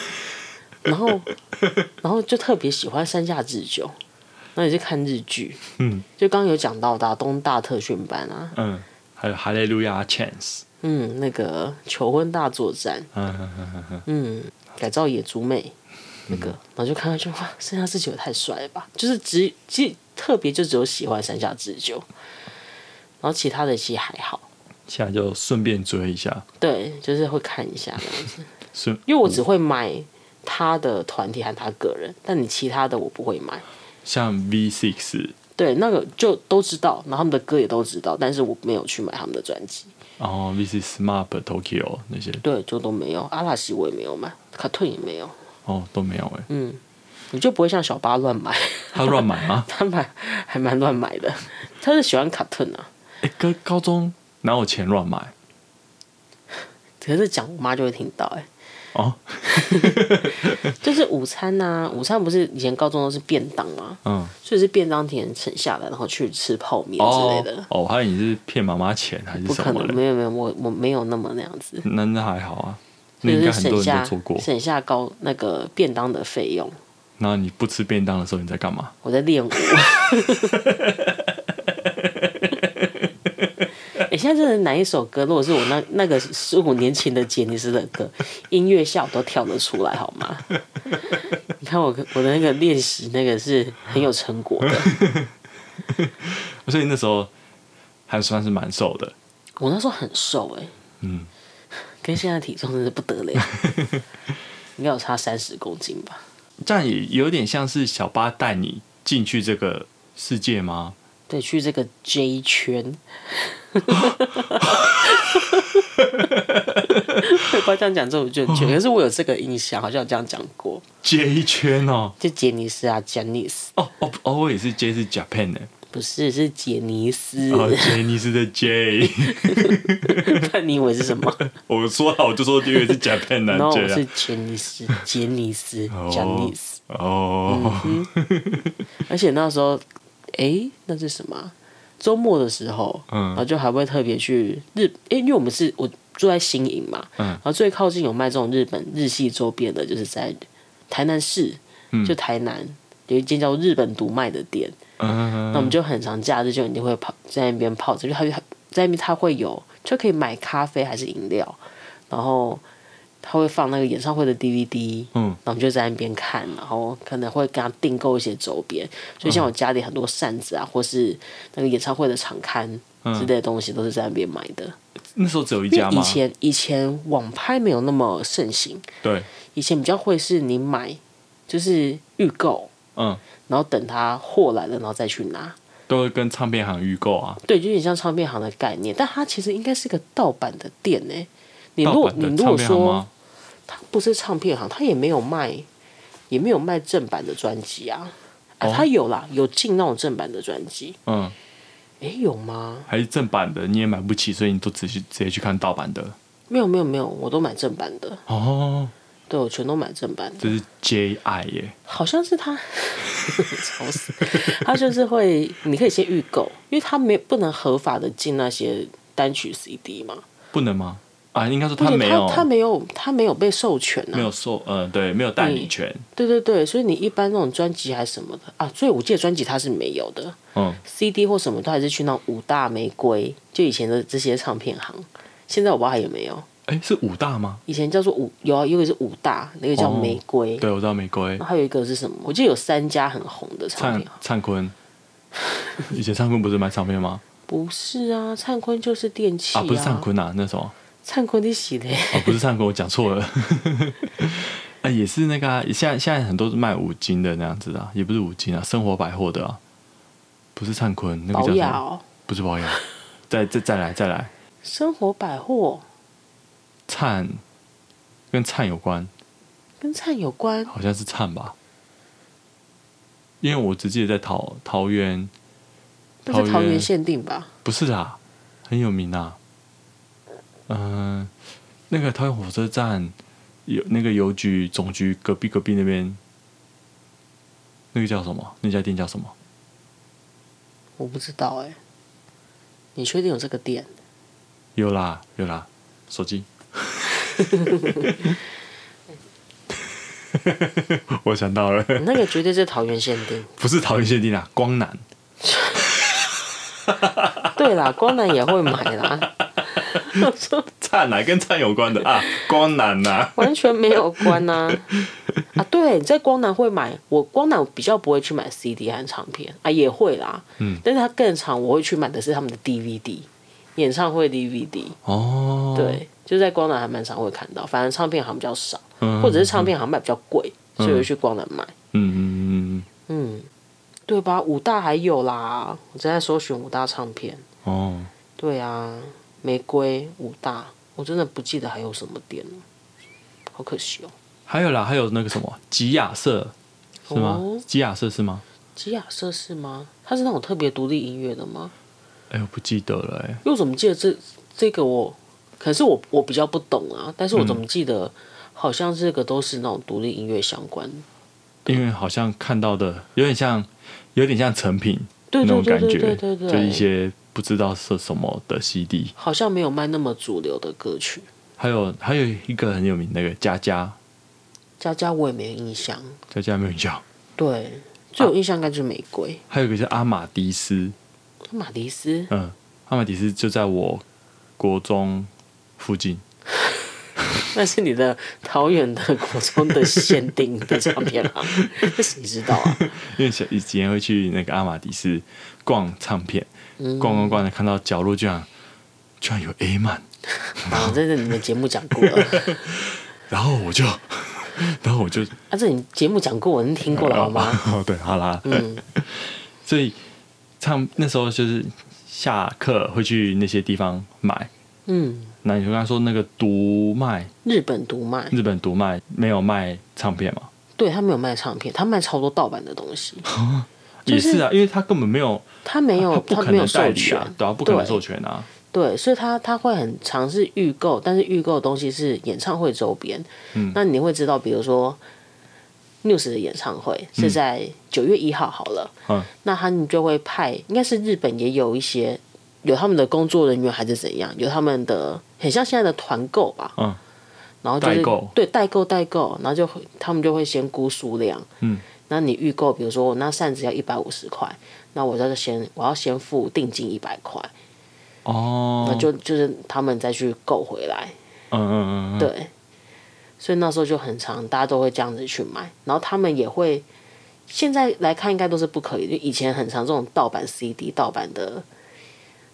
[SPEAKER 2] 然后然后就特别喜欢山下智久，然后也是看日剧，
[SPEAKER 1] 嗯
[SPEAKER 2] 就刚刚有讲到打东大特训班啊，
[SPEAKER 1] 嗯，还有哈利路亚 Chance，
[SPEAKER 2] 嗯，那个求婚大作战，
[SPEAKER 1] 嗯嗯嗯嗯
[SPEAKER 2] 嗯，改造野猪妹，那个，然后就看到就哇，山下智久也太帅了吧！就是只其实特别就只有喜欢山下智久，然后其他的其实还好，
[SPEAKER 1] 嗯，现在就顺便追一下，
[SPEAKER 2] 对，就是会看一下这样子，
[SPEAKER 1] 顺
[SPEAKER 2] 因为我只会买他的团体和他个人，但你其他的我不会买。
[SPEAKER 1] 像 V Six，
[SPEAKER 2] 对，那个就都知道，然后他们的歌也都知道，但是我没有去买他们的专辑，
[SPEAKER 1] 然后 V Six Smart Tokyo 那些，
[SPEAKER 2] 对，就都没有。阿拉西我也没有买，卡顿也没有，
[SPEAKER 1] 哦都没有哎、
[SPEAKER 2] 你就不会像小八乱买。
[SPEAKER 1] 他乱买吗？
[SPEAKER 2] 他买还蛮乱买 的，他是喜欢卡顿啊。
[SPEAKER 1] 哎、哥高中哪有钱乱买？
[SPEAKER 2] 可是讲我妈就会听到、欸，
[SPEAKER 1] 哦，
[SPEAKER 2] 就是午餐呐、午餐不是以前高中都是便当嘛，
[SPEAKER 1] 嗯，
[SPEAKER 2] 所以是便当填省下来，然后去吃泡面之类的。
[SPEAKER 1] 哦，我还以为你是骗妈妈钱还是
[SPEAKER 2] 不可
[SPEAKER 1] 什么
[SPEAKER 2] 能，
[SPEAKER 1] 的，
[SPEAKER 2] 没有没有，我我没有那么那样子，
[SPEAKER 1] 那那还好啊，那
[SPEAKER 2] 就
[SPEAKER 1] 应
[SPEAKER 2] 是
[SPEAKER 1] 该很
[SPEAKER 2] 省
[SPEAKER 1] 多人
[SPEAKER 2] 下
[SPEAKER 1] 都做过。
[SPEAKER 2] 省下高那个便当的费用，
[SPEAKER 1] 然后你不吃便当的时候你在干嘛？
[SPEAKER 2] 我在练舞。哎、现在真的哪一首歌，如果是我那那个十五年前的杰尼斯的歌，音乐下我都跳得出来，好吗？你看我我的那个练习，那个是很有成果的。
[SPEAKER 1] 所以那时候还算是蛮瘦的，
[SPEAKER 2] 我那时候很瘦哎、
[SPEAKER 1] 嗯，
[SPEAKER 2] 跟现在体重真是不得了，应该有差三十公斤吧？
[SPEAKER 1] 这样也有点像是小八带你进去这个世界吗？
[SPEAKER 2] 对，去这个 J 圈， 不要这样讲，这我 就很确定。可是我有这个印象，好像有这样讲过，
[SPEAKER 1] 接一圈哦，
[SPEAKER 2] 就杰尼斯啊，杰尼斯，
[SPEAKER 1] 哦哦哦，我也是接是 Japan 呢、
[SPEAKER 2] 不是，是杰尼斯。
[SPEAKER 1] 哦，杰尼斯的 J，
[SPEAKER 2] 不然你以为是 什么
[SPEAKER 1] 我说好就说因为是 Japan 男
[SPEAKER 2] ？No，
[SPEAKER 1] J
[SPEAKER 2] 是
[SPEAKER 1] 啊。
[SPEAKER 2] 杰尼斯，杰尼斯
[SPEAKER 1] 哦
[SPEAKER 2] 杰尼斯。
[SPEAKER 1] 哦，
[SPEAKER 2] 嗯而且那时候，诶，那是什么啊？周末的时候，
[SPEAKER 1] 嗯
[SPEAKER 2] 然后就还会特别去日，诶，因为我们是我住在新营嘛，
[SPEAKER 1] 嗯
[SPEAKER 2] 然后最靠近有卖这种日本日系周边的，就是在台南市，就台南有一间叫日本独卖的店，
[SPEAKER 1] 嗯，
[SPEAKER 2] 那我们就很常假日就一定会跑在那边泡着，就他在那边他会有就可以买咖啡还是饮料，然后他会放那个演唱会的 DVD，
[SPEAKER 1] 嗯
[SPEAKER 2] 然后我们就在那边看，然后可能会跟他订购一些周边，所以像
[SPEAKER 1] 嗯
[SPEAKER 2] 我家里很多扇子啊，或是那个演唱会的场刊之类的东西，都是在那边买的。
[SPEAKER 1] 那时候只有一
[SPEAKER 2] 因
[SPEAKER 1] 家
[SPEAKER 2] 为
[SPEAKER 1] 嗯
[SPEAKER 2] 以
[SPEAKER 1] 吗？
[SPEAKER 2] 前以前网拍没有那么盛行，
[SPEAKER 1] 对，
[SPEAKER 2] 以前比较会是你买就是预购，
[SPEAKER 1] 嗯，
[SPEAKER 2] 然后等他货来了，然后再去拿。
[SPEAKER 1] 都会跟唱片行预购啊。
[SPEAKER 2] 对，就有点像唱片行的概念，但它其实应该是个盗版的店呢、你如
[SPEAKER 1] 盗
[SPEAKER 2] 果
[SPEAKER 1] 版
[SPEAKER 2] 你
[SPEAKER 1] 的
[SPEAKER 2] 如果
[SPEAKER 1] 唱片行
[SPEAKER 2] 说
[SPEAKER 1] 吗？
[SPEAKER 2] 它不是唱片行，它也没有卖，也没有卖正版的专辑啊。啊，
[SPEAKER 1] 哦
[SPEAKER 2] 它有啦，有进那种正版的专辑，
[SPEAKER 1] 嗯，
[SPEAKER 2] 诶，有吗？
[SPEAKER 1] 还是正版的，你也买不起，所以你都只去直接去看盗版的。
[SPEAKER 2] 没有没有没有，我都买正版的，
[SPEAKER 1] 哦，
[SPEAKER 2] 对我全都买正版的，
[SPEAKER 1] 这是 J I 耶，
[SPEAKER 2] 好像是它， 吵死，它就是会，你可以先预购，因为它没不能合法的进那些单曲 CD 嘛，
[SPEAKER 1] 不能吗？啊，应该说
[SPEAKER 2] 不
[SPEAKER 1] 他
[SPEAKER 2] 行
[SPEAKER 1] 没有，
[SPEAKER 2] 它它没有它没有被授权啊
[SPEAKER 1] 没，有授，嗯，对，没有代理权。
[SPEAKER 2] 对对对，所以你一般那种专辑还是什么的啊，所以我记得专辑它是没有的
[SPEAKER 1] 嗯，
[SPEAKER 2] ，CD 或什么都还是去那种五大玫瑰，就以前的这些唱片行。现在我不知道还有没有，
[SPEAKER 1] 哎，是武大吗？
[SPEAKER 2] 以前叫做五有啊，有一个是五大，那个叫
[SPEAKER 1] 哦
[SPEAKER 2] 玫瑰，
[SPEAKER 1] 对，我知道玫瑰
[SPEAKER 2] 然后、还有一个是什么？我记得有三家很红的唱
[SPEAKER 1] 灿
[SPEAKER 2] 片行，
[SPEAKER 1] 灿坤，以前灿坤不是卖唱片吗？
[SPEAKER 2] 不是啊，灿坤就是电器
[SPEAKER 1] 啊，不是灿，坤啊，那什么？
[SPEAKER 2] 灿坤你洗的欸，
[SPEAKER 1] 哦，不是灿坤，我讲错了。啊，也是那个啊，现在现在很多是卖五金的那样子的啊、也不是五金啊，生活百货的啊，不是灿坤，那个叫
[SPEAKER 2] 保
[SPEAKER 1] 什
[SPEAKER 2] 雅
[SPEAKER 1] 么？
[SPEAKER 2] 哦，
[SPEAKER 1] 不是保养，再再再来再来，
[SPEAKER 2] 生活百货
[SPEAKER 1] 灿跟灿有关，
[SPEAKER 2] 跟灿有关，
[SPEAKER 1] 好像是灿吧？因为我只记得在桃桃园，
[SPEAKER 2] 那是桃
[SPEAKER 1] 桃园
[SPEAKER 2] 园限定吧？
[SPEAKER 1] 不是啦，很有名啊。嗯、那个桃园火车站有那个邮局总局隔壁隔壁那边，那个叫什么？那家店叫什么？
[SPEAKER 2] 我不知道哎、你确定有这个店？
[SPEAKER 1] 有啦有啦，手机。 我想到了，
[SPEAKER 2] 那个绝对是桃园限定。
[SPEAKER 1] 不是桃园限定啊，光南。
[SPEAKER 2] 对啦，光南也会买 啦。我说
[SPEAKER 1] 灿哪跟灿有关的啊？光南呐、
[SPEAKER 2] 完全没有关呐、啊。对，你在光南会买，我光南比较不会去买 CD 和唱片啊，也会啦。
[SPEAKER 1] 嗯，
[SPEAKER 2] 但是它更常我会去买的是他们的 DVD，演唱会 DVD。
[SPEAKER 1] 哦，
[SPEAKER 2] 对，就在光南还蛮常会看到，反正唱片行比较少，
[SPEAKER 1] 嗯，
[SPEAKER 2] 或者是唱片行卖比较贵，所以我就去光南买。
[SPEAKER 1] 嗯嗯嗯嗯，
[SPEAKER 2] 嗯，对吧？五大还有啦，我正在搜寻五大唱片。
[SPEAKER 1] 哦，
[SPEAKER 2] 对啊，玫瑰五大，我真的不记得还有什么店了，好可惜哦。
[SPEAKER 1] 还有啦，还有那个什么吉亚社是吗
[SPEAKER 2] 哦？
[SPEAKER 1] 吉亚社是吗？
[SPEAKER 2] 吉雅社是吗？它是那种特别独立音乐的吗？
[SPEAKER 1] 哎、我不记得了、哎，
[SPEAKER 2] 因为我怎么记得这这个我，可是我我比较不懂啊，但是
[SPEAKER 1] 嗯
[SPEAKER 2] 我怎么记得、好像这个都是那种独立音乐相关的。
[SPEAKER 1] 因为好像看到的有点像，有点像成品
[SPEAKER 2] 对
[SPEAKER 1] 那
[SPEAKER 2] 对
[SPEAKER 1] 种
[SPEAKER 2] 对
[SPEAKER 1] 感
[SPEAKER 2] 对
[SPEAKER 1] 觉，
[SPEAKER 2] 对对对，
[SPEAKER 1] 就一些不知道是什么的 CD，
[SPEAKER 2] 好像没有卖那么主流的歌曲。
[SPEAKER 1] 还有还有一个很有名那个佳佳，
[SPEAKER 2] 佳佳我也没有印象，
[SPEAKER 1] 佳佳没有叫，
[SPEAKER 2] 对，
[SPEAKER 1] 啊
[SPEAKER 2] 最有印象应该就是玫瑰、
[SPEAKER 1] 还有一个是阿玛迪斯，
[SPEAKER 2] 马迪斯，
[SPEAKER 1] 嗯，阿玛迪斯就在我国中附近，
[SPEAKER 2] 那是你的桃园的国中的限定的唱片啊，这谁知道啊？
[SPEAKER 1] 因为小以前会去那个阿玛迪斯逛唱片，
[SPEAKER 2] 嗯
[SPEAKER 1] 逛逛逛的，看到角落居然居然有 A 曼，
[SPEAKER 2] 啊，这是你们节目讲过了，
[SPEAKER 1] 然后我就， 然后我就
[SPEAKER 2] 啊，这你节目讲过，我能听过了好吗？
[SPEAKER 1] 哦，对，好啦，
[SPEAKER 2] 嗯，
[SPEAKER 1] 所以唱那时候就是下课会去那些地方买。
[SPEAKER 2] 嗯，
[SPEAKER 1] 那你就跟他说那个独卖，
[SPEAKER 2] 日本独卖，
[SPEAKER 1] 日本独卖没有卖唱片嘛？
[SPEAKER 2] 对他没有卖唱片，他卖超多盗版的东西，
[SPEAKER 1] 也
[SPEAKER 2] 就是
[SPEAKER 1] 是啊，因为他根本没有，
[SPEAKER 2] 他没有，
[SPEAKER 1] 他不可
[SPEAKER 2] 没有
[SPEAKER 1] 能
[SPEAKER 2] 授
[SPEAKER 1] 代理
[SPEAKER 2] 权，
[SPEAKER 1] 啊，对啊，不可能
[SPEAKER 2] 对
[SPEAKER 1] 授权啊，
[SPEAKER 2] 对，所以他他会很尝试预购，但是预购的东西是演唱会周边。
[SPEAKER 1] 嗯
[SPEAKER 2] 那你会知道，比如说 News 的演唱会是在九月一号好了，
[SPEAKER 1] 嗯
[SPEAKER 2] 那他们就会派，应该是日本也有一些有他们的工作人员还是怎样，有他们的很像现在的团购吧，
[SPEAKER 1] 嗯，
[SPEAKER 2] 然后就是
[SPEAKER 1] 代购
[SPEAKER 2] 对代购代购，然后就会他们就会先估数量，
[SPEAKER 1] 嗯，
[SPEAKER 2] 那你预购，比如说我那扇子要一百五十块，那我要先我要先付定金一百块，
[SPEAKER 1] 哦
[SPEAKER 2] 那，就就是他们再去购回来，
[SPEAKER 1] 嗯嗯嗯嗯，
[SPEAKER 2] 对，所以那时候就很长，大家都会这样子去买，然后他们也会，现在来看应该都是不可以，就以前很常这种盗版 CD、盗版的、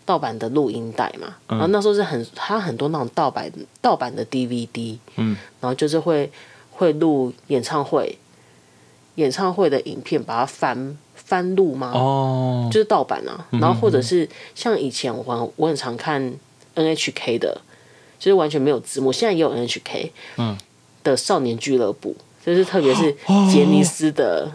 [SPEAKER 2] 盗版的录音带嘛，
[SPEAKER 1] 嗯
[SPEAKER 2] 然后那时候是很，它很多那种盗版盗版的 DVD，
[SPEAKER 1] 嗯，
[SPEAKER 2] 然后就是会会录演唱会，演唱会的影片把它翻翻录吗？
[SPEAKER 1] 哦，
[SPEAKER 2] 就是盗版啊，然后或
[SPEAKER 1] 嗯
[SPEAKER 2] 者是像以前我很我很常看 NHK 的，就是完全没有字幕，现在也有 NHK
[SPEAKER 1] 嗯
[SPEAKER 2] 的少年俱乐部，就是特别是杰尼斯的，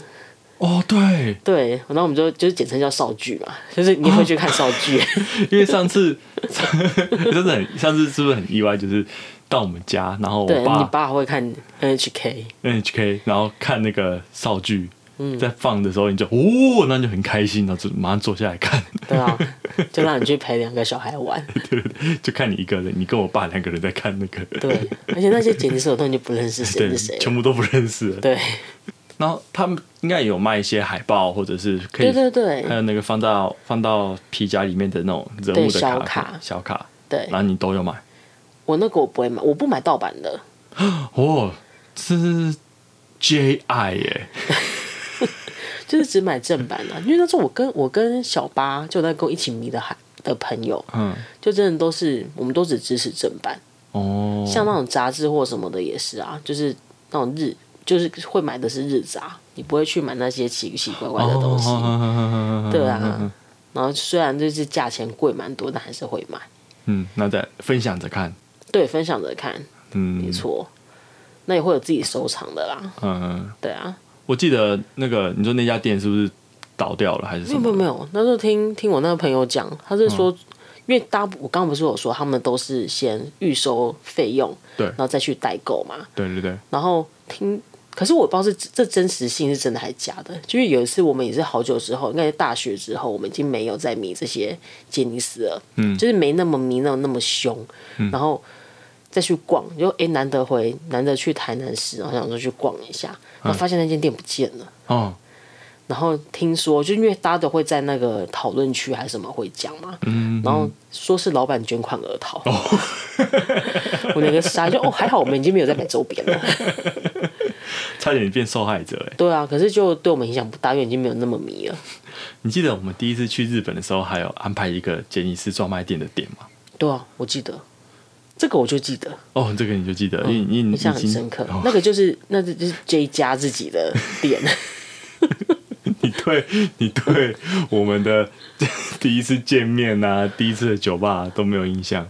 [SPEAKER 1] 哦，对，
[SPEAKER 2] 对，然后我们就就是简称叫少剧嘛，就是你会去看少剧，
[SPEAKER 1] 哦因为上次 真的很，上次是不是很意外？就是到我们家，然后
[SPEAKER 2] 对
[SPEAKER 1] 我爸
[SPEAKER 2] 你爸会看 NHK，
[SPEAKER 1] NHK，然后看那个少剧，
[SPEAKER 2] 嗯
[SPEAKER 1] 在放的时候，你就哦，那你就很开心，然后就马上坐下来看，
[SPEAKER 2] 对啊，就让你去陪两个小孩玩，
[SPEAKER 1] 对对对，就看你一个人，你跟我爸两个人在看那个，
[SPEAKER 2] 对，而且那些杰尼斯我根本就不认识谁
[SPEAKER 1] 对
[SPEAKER 2] 是，谁了，
[SPEAKER 1] 全部都不认识。
[SPEAKER 2] 对
[SPEAKER 1] 然后他们应该也有卖一些海报，或者是嗯可以，
[SPEAKER 2] 对对对
[SPEAKER 1] 还有那个放到放到皮夹里面的那种人
[SPEAKER 2] 对
[SPEAKER 1] 物的
[SPEAKER 2] 小
[SPEAKER 1] 卡
[SPEAKER 2] 卡
[SPEAKER 1] 片小卡，
[SPEAKER 2] 对
[SPEAKER 1] 然，后你都有买。
[SPEAKER 2] 我那个我不会买，我不买盗版的，
[SPEAKER 1] 哦，这是 JI 耶、
[SPEAKER 2] 就是只买正版的、因为那时候我跟我跟小八就在跟我一起迷的海的朋友，
[SPEAKER 1] 嗯，
[SPEAKER 2] 就真的都是我们都只支持正版，
[SPEAKER 1] 哦，
[SPEAKER 2] 像那种杂志或什么的也是啊，就是那种日就是会买的是日杂，你不会去买那些奇奇怪怪的东西，
[SPEAKER 1] 哦
[SPEAKER 2] 对啊。然后虽然就是价钱贵蛮多，但还是会买。
[SPEAKER 1] 嗯，那再分享着看，
[SPEAKER 2] 对，分享着看，
[SPEAKER 1] 嗯，
[SPEAKER 2] 没错。那也会有自己收藏的啦，
[SPEAKER 1] 嗯，
[SPEAKER 2] 对啊。
[SPEAKER 1] 我记得那个你说那家店是不是倒掉了还嗯是什
[SPEAKER 2] 没有没有
[SPEAKER 1] 么？
[SPEAKER 2] 没有，那时候听听我那个朋友讲，他是说，因为大部我刚刚不是有说他们都是先预收费用，
[SPEAKER 1] 对
[SPEAKER 2] 然后再去代购嘛，
[SPEAKER 1] 对对对，
[SPEAKER 2] 然后听，可是我不知道是这真实性是真的还是假的，就是有一次我们也是好久之后，应该是大学之后，我们已经没有再迷这些杰尼斯了，
[SPEAKER 1] 嗯
[SPEAKER 2] 就是没那么迷那么那么凶，然后再去逛，就哎、诶难得回难得去台南市，然后想说去逛一下，
[SPEAKER 1] 嗯
[SPEAKER 2] 然后发现那间店不见了。
[SPEAKER 1] 哦，
[SPEAKER 2] 然后听说，就因为大家都会在那个讨论区还是什么会讲嘛，
[SPEAKER 1] 嗯
[SPEAKER 2] 然后说是老板捐款而逃，
[SPEAKER 1] 哦
[SPEAKER 2] 我那个傻就哦，还好我们已经没有在买周边了。
[SPEAKER 1] 差点变受害者哎！
[SPEAKER 2] 对啊，可是就对我们影响不大，因为已经没有那么迷了。
[SPEAKER 1] 你记得我们第一次去日本的时候，还有安排一个杰尼斯专卖店的店吗？
[SPEAKER 2] 对啊，我记得这个我就记得，
[SPEAKER 1] 哦，这个你就记得，因为你你
[SPEAKER 2] 印
[SPEAKER 1] 已
[SPEAKER 2] 象很
[SPEAKER 1] 经
[SPEAKER 2] 深刻。
[SPEAKER 1] 哦
[SPEAKER 2] 那个就是那就是 J 家自己的店，
[SPEAKER 1] 你对你对我们的 第一次见面啊，第一次的酒吧都没有印象，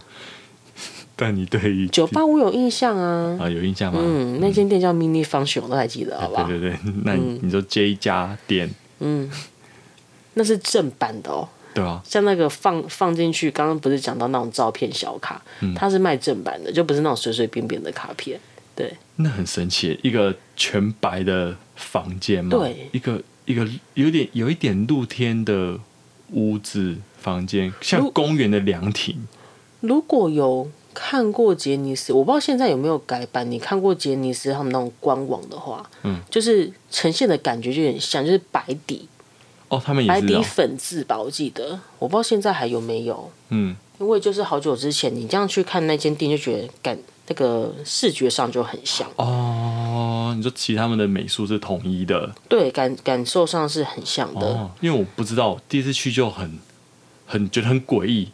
[SPEAKER 1] 但你对于
[SPEAKER 2] 酒吧我有印象啊。
[SPEAKER 1] 啊有印象吗？
[SPEAKER 2] 嗯，那间店叫 Mini Function，我都还记得，好不好？嗯
[SPEAKER 1] 对对对，那你,、你说 J 家店
[SPEAKER 2] 那是正版的哦。
[SPEAKER 1] 对吧、
[SPEAKER 2] 像那个放放进去，刚刚不是讲到那种照片小卡，
[SPEAKER 1] 嗯
[SPEAKER 2] 它是卖正版的，就不是那种随随便便的卡片。对
[SPEAKER 1] 那很神奇，一个全白的房间嘛，
[SPEAKER 2] 对
[SPEAKER 1] 一个一个有点有一点露天的屋子房间，像
[SPEAKER 2] 露
[SPEAKER 1] 公园的凉亭。
[SPEAKER 2] 如果有看过杰尼斯，我不知道现在有没有改版。你看过杰尼斯他们那种官网的话，
[SPEAKER 1] 嗯，
[SPEAKER 2] 就是呈现的感觉就有点像，就是白底
[SPEAKER 1] 哦，他们也
[SPEAKER 2] 白
[SPEAKER 1] 是、
[SPEAKER 2] 底
[SPEAKER 1] 哦，
[SPEAKER 2] 粉字吧，我记得。我不知道现在还有没有，
[SPEAKER 1] 嗯，
[SPEAKER 2] 因为就是好久之前，你这样去看那间店，就觉得感那个视觉上就很像，
[SPEAKER 1] 哦，你说其实他们的美术是统一的
[SPEAKER 2] 对，感感受上是很像的。
[SPEAKER 1] 哦，因为我不知道，第一次去就很很觉得很诡异，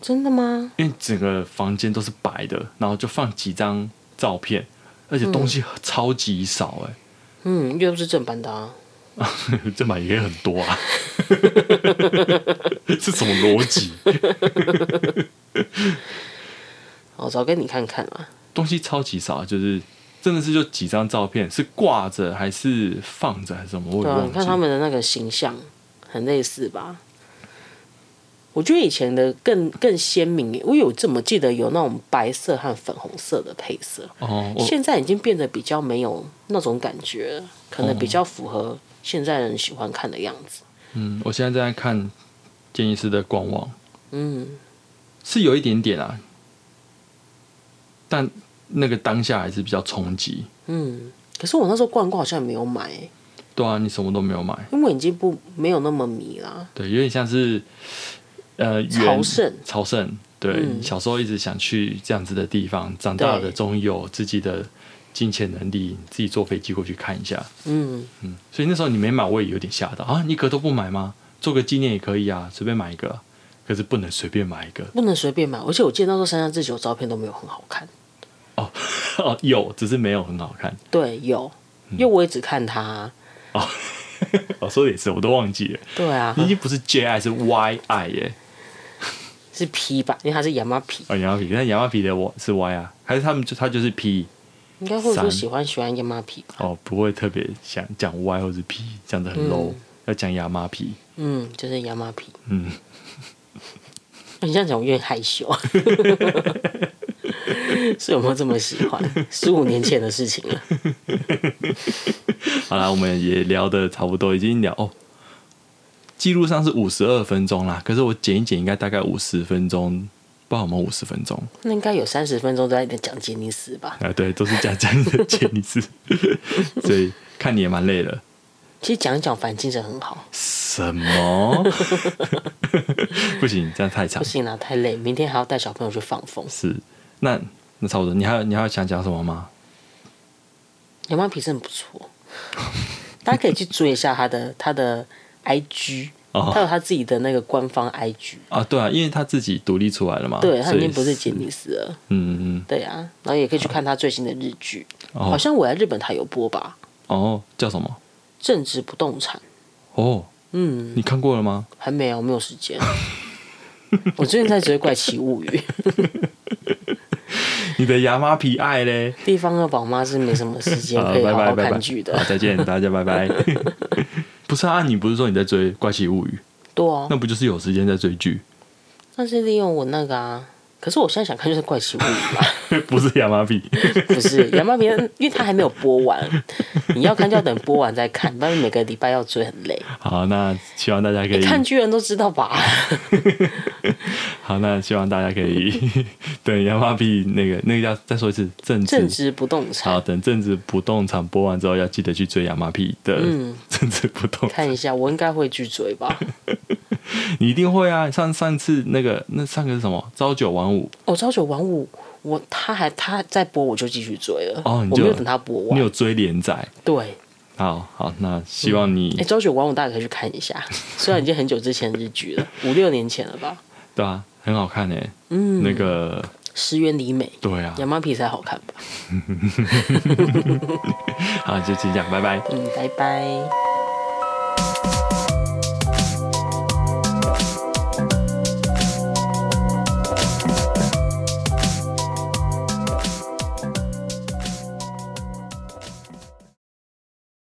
[SPEAKER 2] 真的吗？
[SPEAKER 1] 因为整个房间都是白的，然后就放几张照片，而且东西超级少哎、
[SPEAKER 2] 嗯，又不是正版的啊。
[SPEAKER 1] 这买也很多啊， 是什么逻辑？
[SPEAKER 2] 我哦找给你看看啊。
[SPEAKER 1] 东西超级少，就是真的是就几张照片，是挂着还是放着还是什么？我
[SPEAKER 2] 对
[SPEAKER 1] 也
[SPEAKER 2] 啊，
[SPEAKER 1] 忘
[SPEAKER 2] 你
[SPEAKER 1] 记。
[SPEAKER 2] 看他们的那个形象，很类似吧。我觉得以前的更更鲜明耶，我有这么记得有那种白色和粉红色的配色，
[SPEAKER 1] 哦，我
[SPEAKER 2] 现在已经变得比较没有那种感觉了，可能比
[SPEAKER 1] 哦
[SPEAKER 2] 较符合现在人喜欢看的样子。
[SPEAKER 1] 嗯，我现在正在看建议师的官网，
[SPEAKER 2] 嗯，
[SPEAKER 1] 是有一点点啊，但那个当下还是比较冲击。
[SPEAKER 2] 嗯，可是我那时候罐罐好像也没有买耶，
[SPEAKER 1] 对啊，你什么都没有买，
[SPEAKER 2] 因为我已经不没有那么迷啦。
[SPEAKER 1] 对，有点像是呃，原
[SPEAKER 2] 朝圣
[SPEAKER 1] 朝圣。对，
[SPEAKER 2] 嗯
[SPEAKER 1] 小时候一直想去这样子的地方，长大了
[SPEAKER 2] 对
[SPEAKER 1] 终于有自己的金钱能力，自己坐飞机过去看一下。
[SPEAKER 2] 嗯，
[SPEAKER 1] 嗯，所以那时候你没买，我也有点吓到啊！你一个都不买吗？做个纪念也可以啊，随便买一个啊，可是不能随便买一个
[SPEAKER 2] 不能随便买，而且我记得那时候山下智久的照片都没有很好看。
[SPEAKER 1] 哦。有，只是没有很好看
[SPEAKER 2] 对，有，
[SPEAKER 1] 嗯
[SPEAKER 2] 因为我也只看他。
[SPEAKER 1] 哦。我说的也是，我都忘记 了，
[SPEAKER 2] 对啊
[SPEAKER 1] 你，已经不是 J I 是 Y I 耶。
[SPEAKER 2] 是 P 吧？因为他是亚麻皮，
[SPEAKER 1] 哦，羊毛皮，但羊毛皮的我是 Y 啊，还是他们就他就是 P
[SPEAKER 2] 应该会
[SPEAKER 1] 三
[SPEAKER 2] 说喜欢喜欢亚麻皮吧。
[SPEAKER 1] 哦，不会特别想讲 Y 或是 P，讲的很 low，、要讲亚麻皮。
[SPEAKER 2] 嗯，就是亚麻皮。
[SPEAKER 1] 嗯，
[SPEAKER 2] 你这样讲，我有点害羞。 是有没有这么喜欢？十五年前的事情了。
[SPEAKER 1] 好啦，我们也聊的差不多，已经聊哦。记录上是五十二分钟啦，可是我剪一剪应该大概五十分钟，不知道有没有五十分钟。
[SPEAKER 2] 那应该有三十分钟都在讲杰尼斯吧？
[SPEAKER 1] 啊，对，都是讲这样的剪一次， 所以看你也蛮累了。
[SPEAKER 2] 其实讲一讲反精神很好。
[SPEAKER 1] 什么？ 不行，这样太长
[SPEAKER 2] 不。行啦，啊太累，明天还要带小朋友去放风。
[SPEAKER 1] 是，那那差不多。你还有你还有想讲什么吗？
[SPEAKER 2] 亚麻皮真的不错，大家可以去追一下他的他的 IG，
[SPEAKER 1] 哦
[SPEAKER 2] 他有他自己的那个官方 IG。
[SPEAKER 1] 啊，对啊，因为他自己独立出来了嘛，
[SPEAKER 2] 对，他
[SPEAKER 1] 所
[SPEAKER 2] 已
[SPEAKER 1] 以
[SPEAKER 2] 经不是杰尼斯了。
[SPEAKER 1] 嗯嗯
[SPEAKER 2] 对啊，然后也可以去看他最新的日剧，
[SPEAKER 1] 嗯，
[SPEAKER 2] 好
[SPEAKER 1] 哦
[SPEAKER 2] 像我在日本台有播吧，
[SPEAKER 1] 哦，叫什么？
[SPEAKER 2] 《政治不动产》。
[SPEAKER 1] 哦，
[SPEAKER 2] 嗯，
[SPEAKER 1] 你看过了吗？
[SPEAKER 2] 还没有，没有时间。 我最近在追《怪奇物语》，
[SPEAKER 1] 你的亚麻皮爱嘞？
[SPEAKER 2] 地方的宝妈是没什么时间
[SPEAKER 1] 好，
[SPEAKER 2] 可以
[SPEAKER 1] 啊呃拜
[SPEAKER 2] 好
[SPEAKER 1] 拜
[SPEAKER 2] 好
[SPEAKER 1] 拜拜
[SPEAKER 2] 看剧，的
[SPEAKER 1] 好。再见，大家拜 拜。不是啊，你不是说你在追《怪奇物语》，
[SPEAKER 2] 对啊
[SPEAKER 1] 那，不就是有时间在追剧？
[SPEAKER 2] 那是利用我那个啊。可是我现在想看就是《怪奇物语》吧，
[SPEAKER 1] 不是亚麻 皮，
[SPEAKER 2] 不是杨妈别人，因为他还没有播完，你要看就要等播完再看，不然每个礼拜要追很累。
[SPEAKER 1] 好，那希望大家可以、
[SPEAKER 2] 看剧人都知道吧？
[SPEAKER 1] 好，那希望大家可以 等亚麻皮那个那个叫再说一次政治。
[SPEAKER 2] 政治不动
[SPEAKER 1] 好，
[SPEAKER 2] 产，
[SPEAKER 1] 等政治不动产播完之后，要记得去追亚麻皮的
[SPEAKER 2] 嗯
[SPEAKER 1] 政治不动产。
[SPEAKER 2] 看一下，我应该会去追吧。
[SPEAKER 1] 你一定会啊！上上次那个那上个是什么？朝九晚五，
[SPEAKER 2] 哦，朝九晚五，我他还他在播，我就继续追了。
[SPEAKER 1] 哦你
[SPEAKER 2] 我
[SPEAKER 1] 就
[SPEAKER 2] 没有等他播
[SPEAKER 1] 你
[SPEAKER 2] 完。
[SPEAKER 1] 有追连载？
[SPEAKER 2] 对，
[SPEAKER 1] 好好，那希望你、
[SPEAKER 2] 哎，朝九晚五大家可以去看一下，虽然已经很久之前的日剧了，五六年前了吧。
[SPEAKER 1] 对啊，很好看诶、嗯，那个
[SPEAKER 2] 石原里美、
[SPEAKER 1] 对啊，
[SPEAKER 2] 亚麻皮才好看吧？
[SPEAKER 1] 好，就这样，拜拜。
[SPEAKER 2] 嗯，拜拜。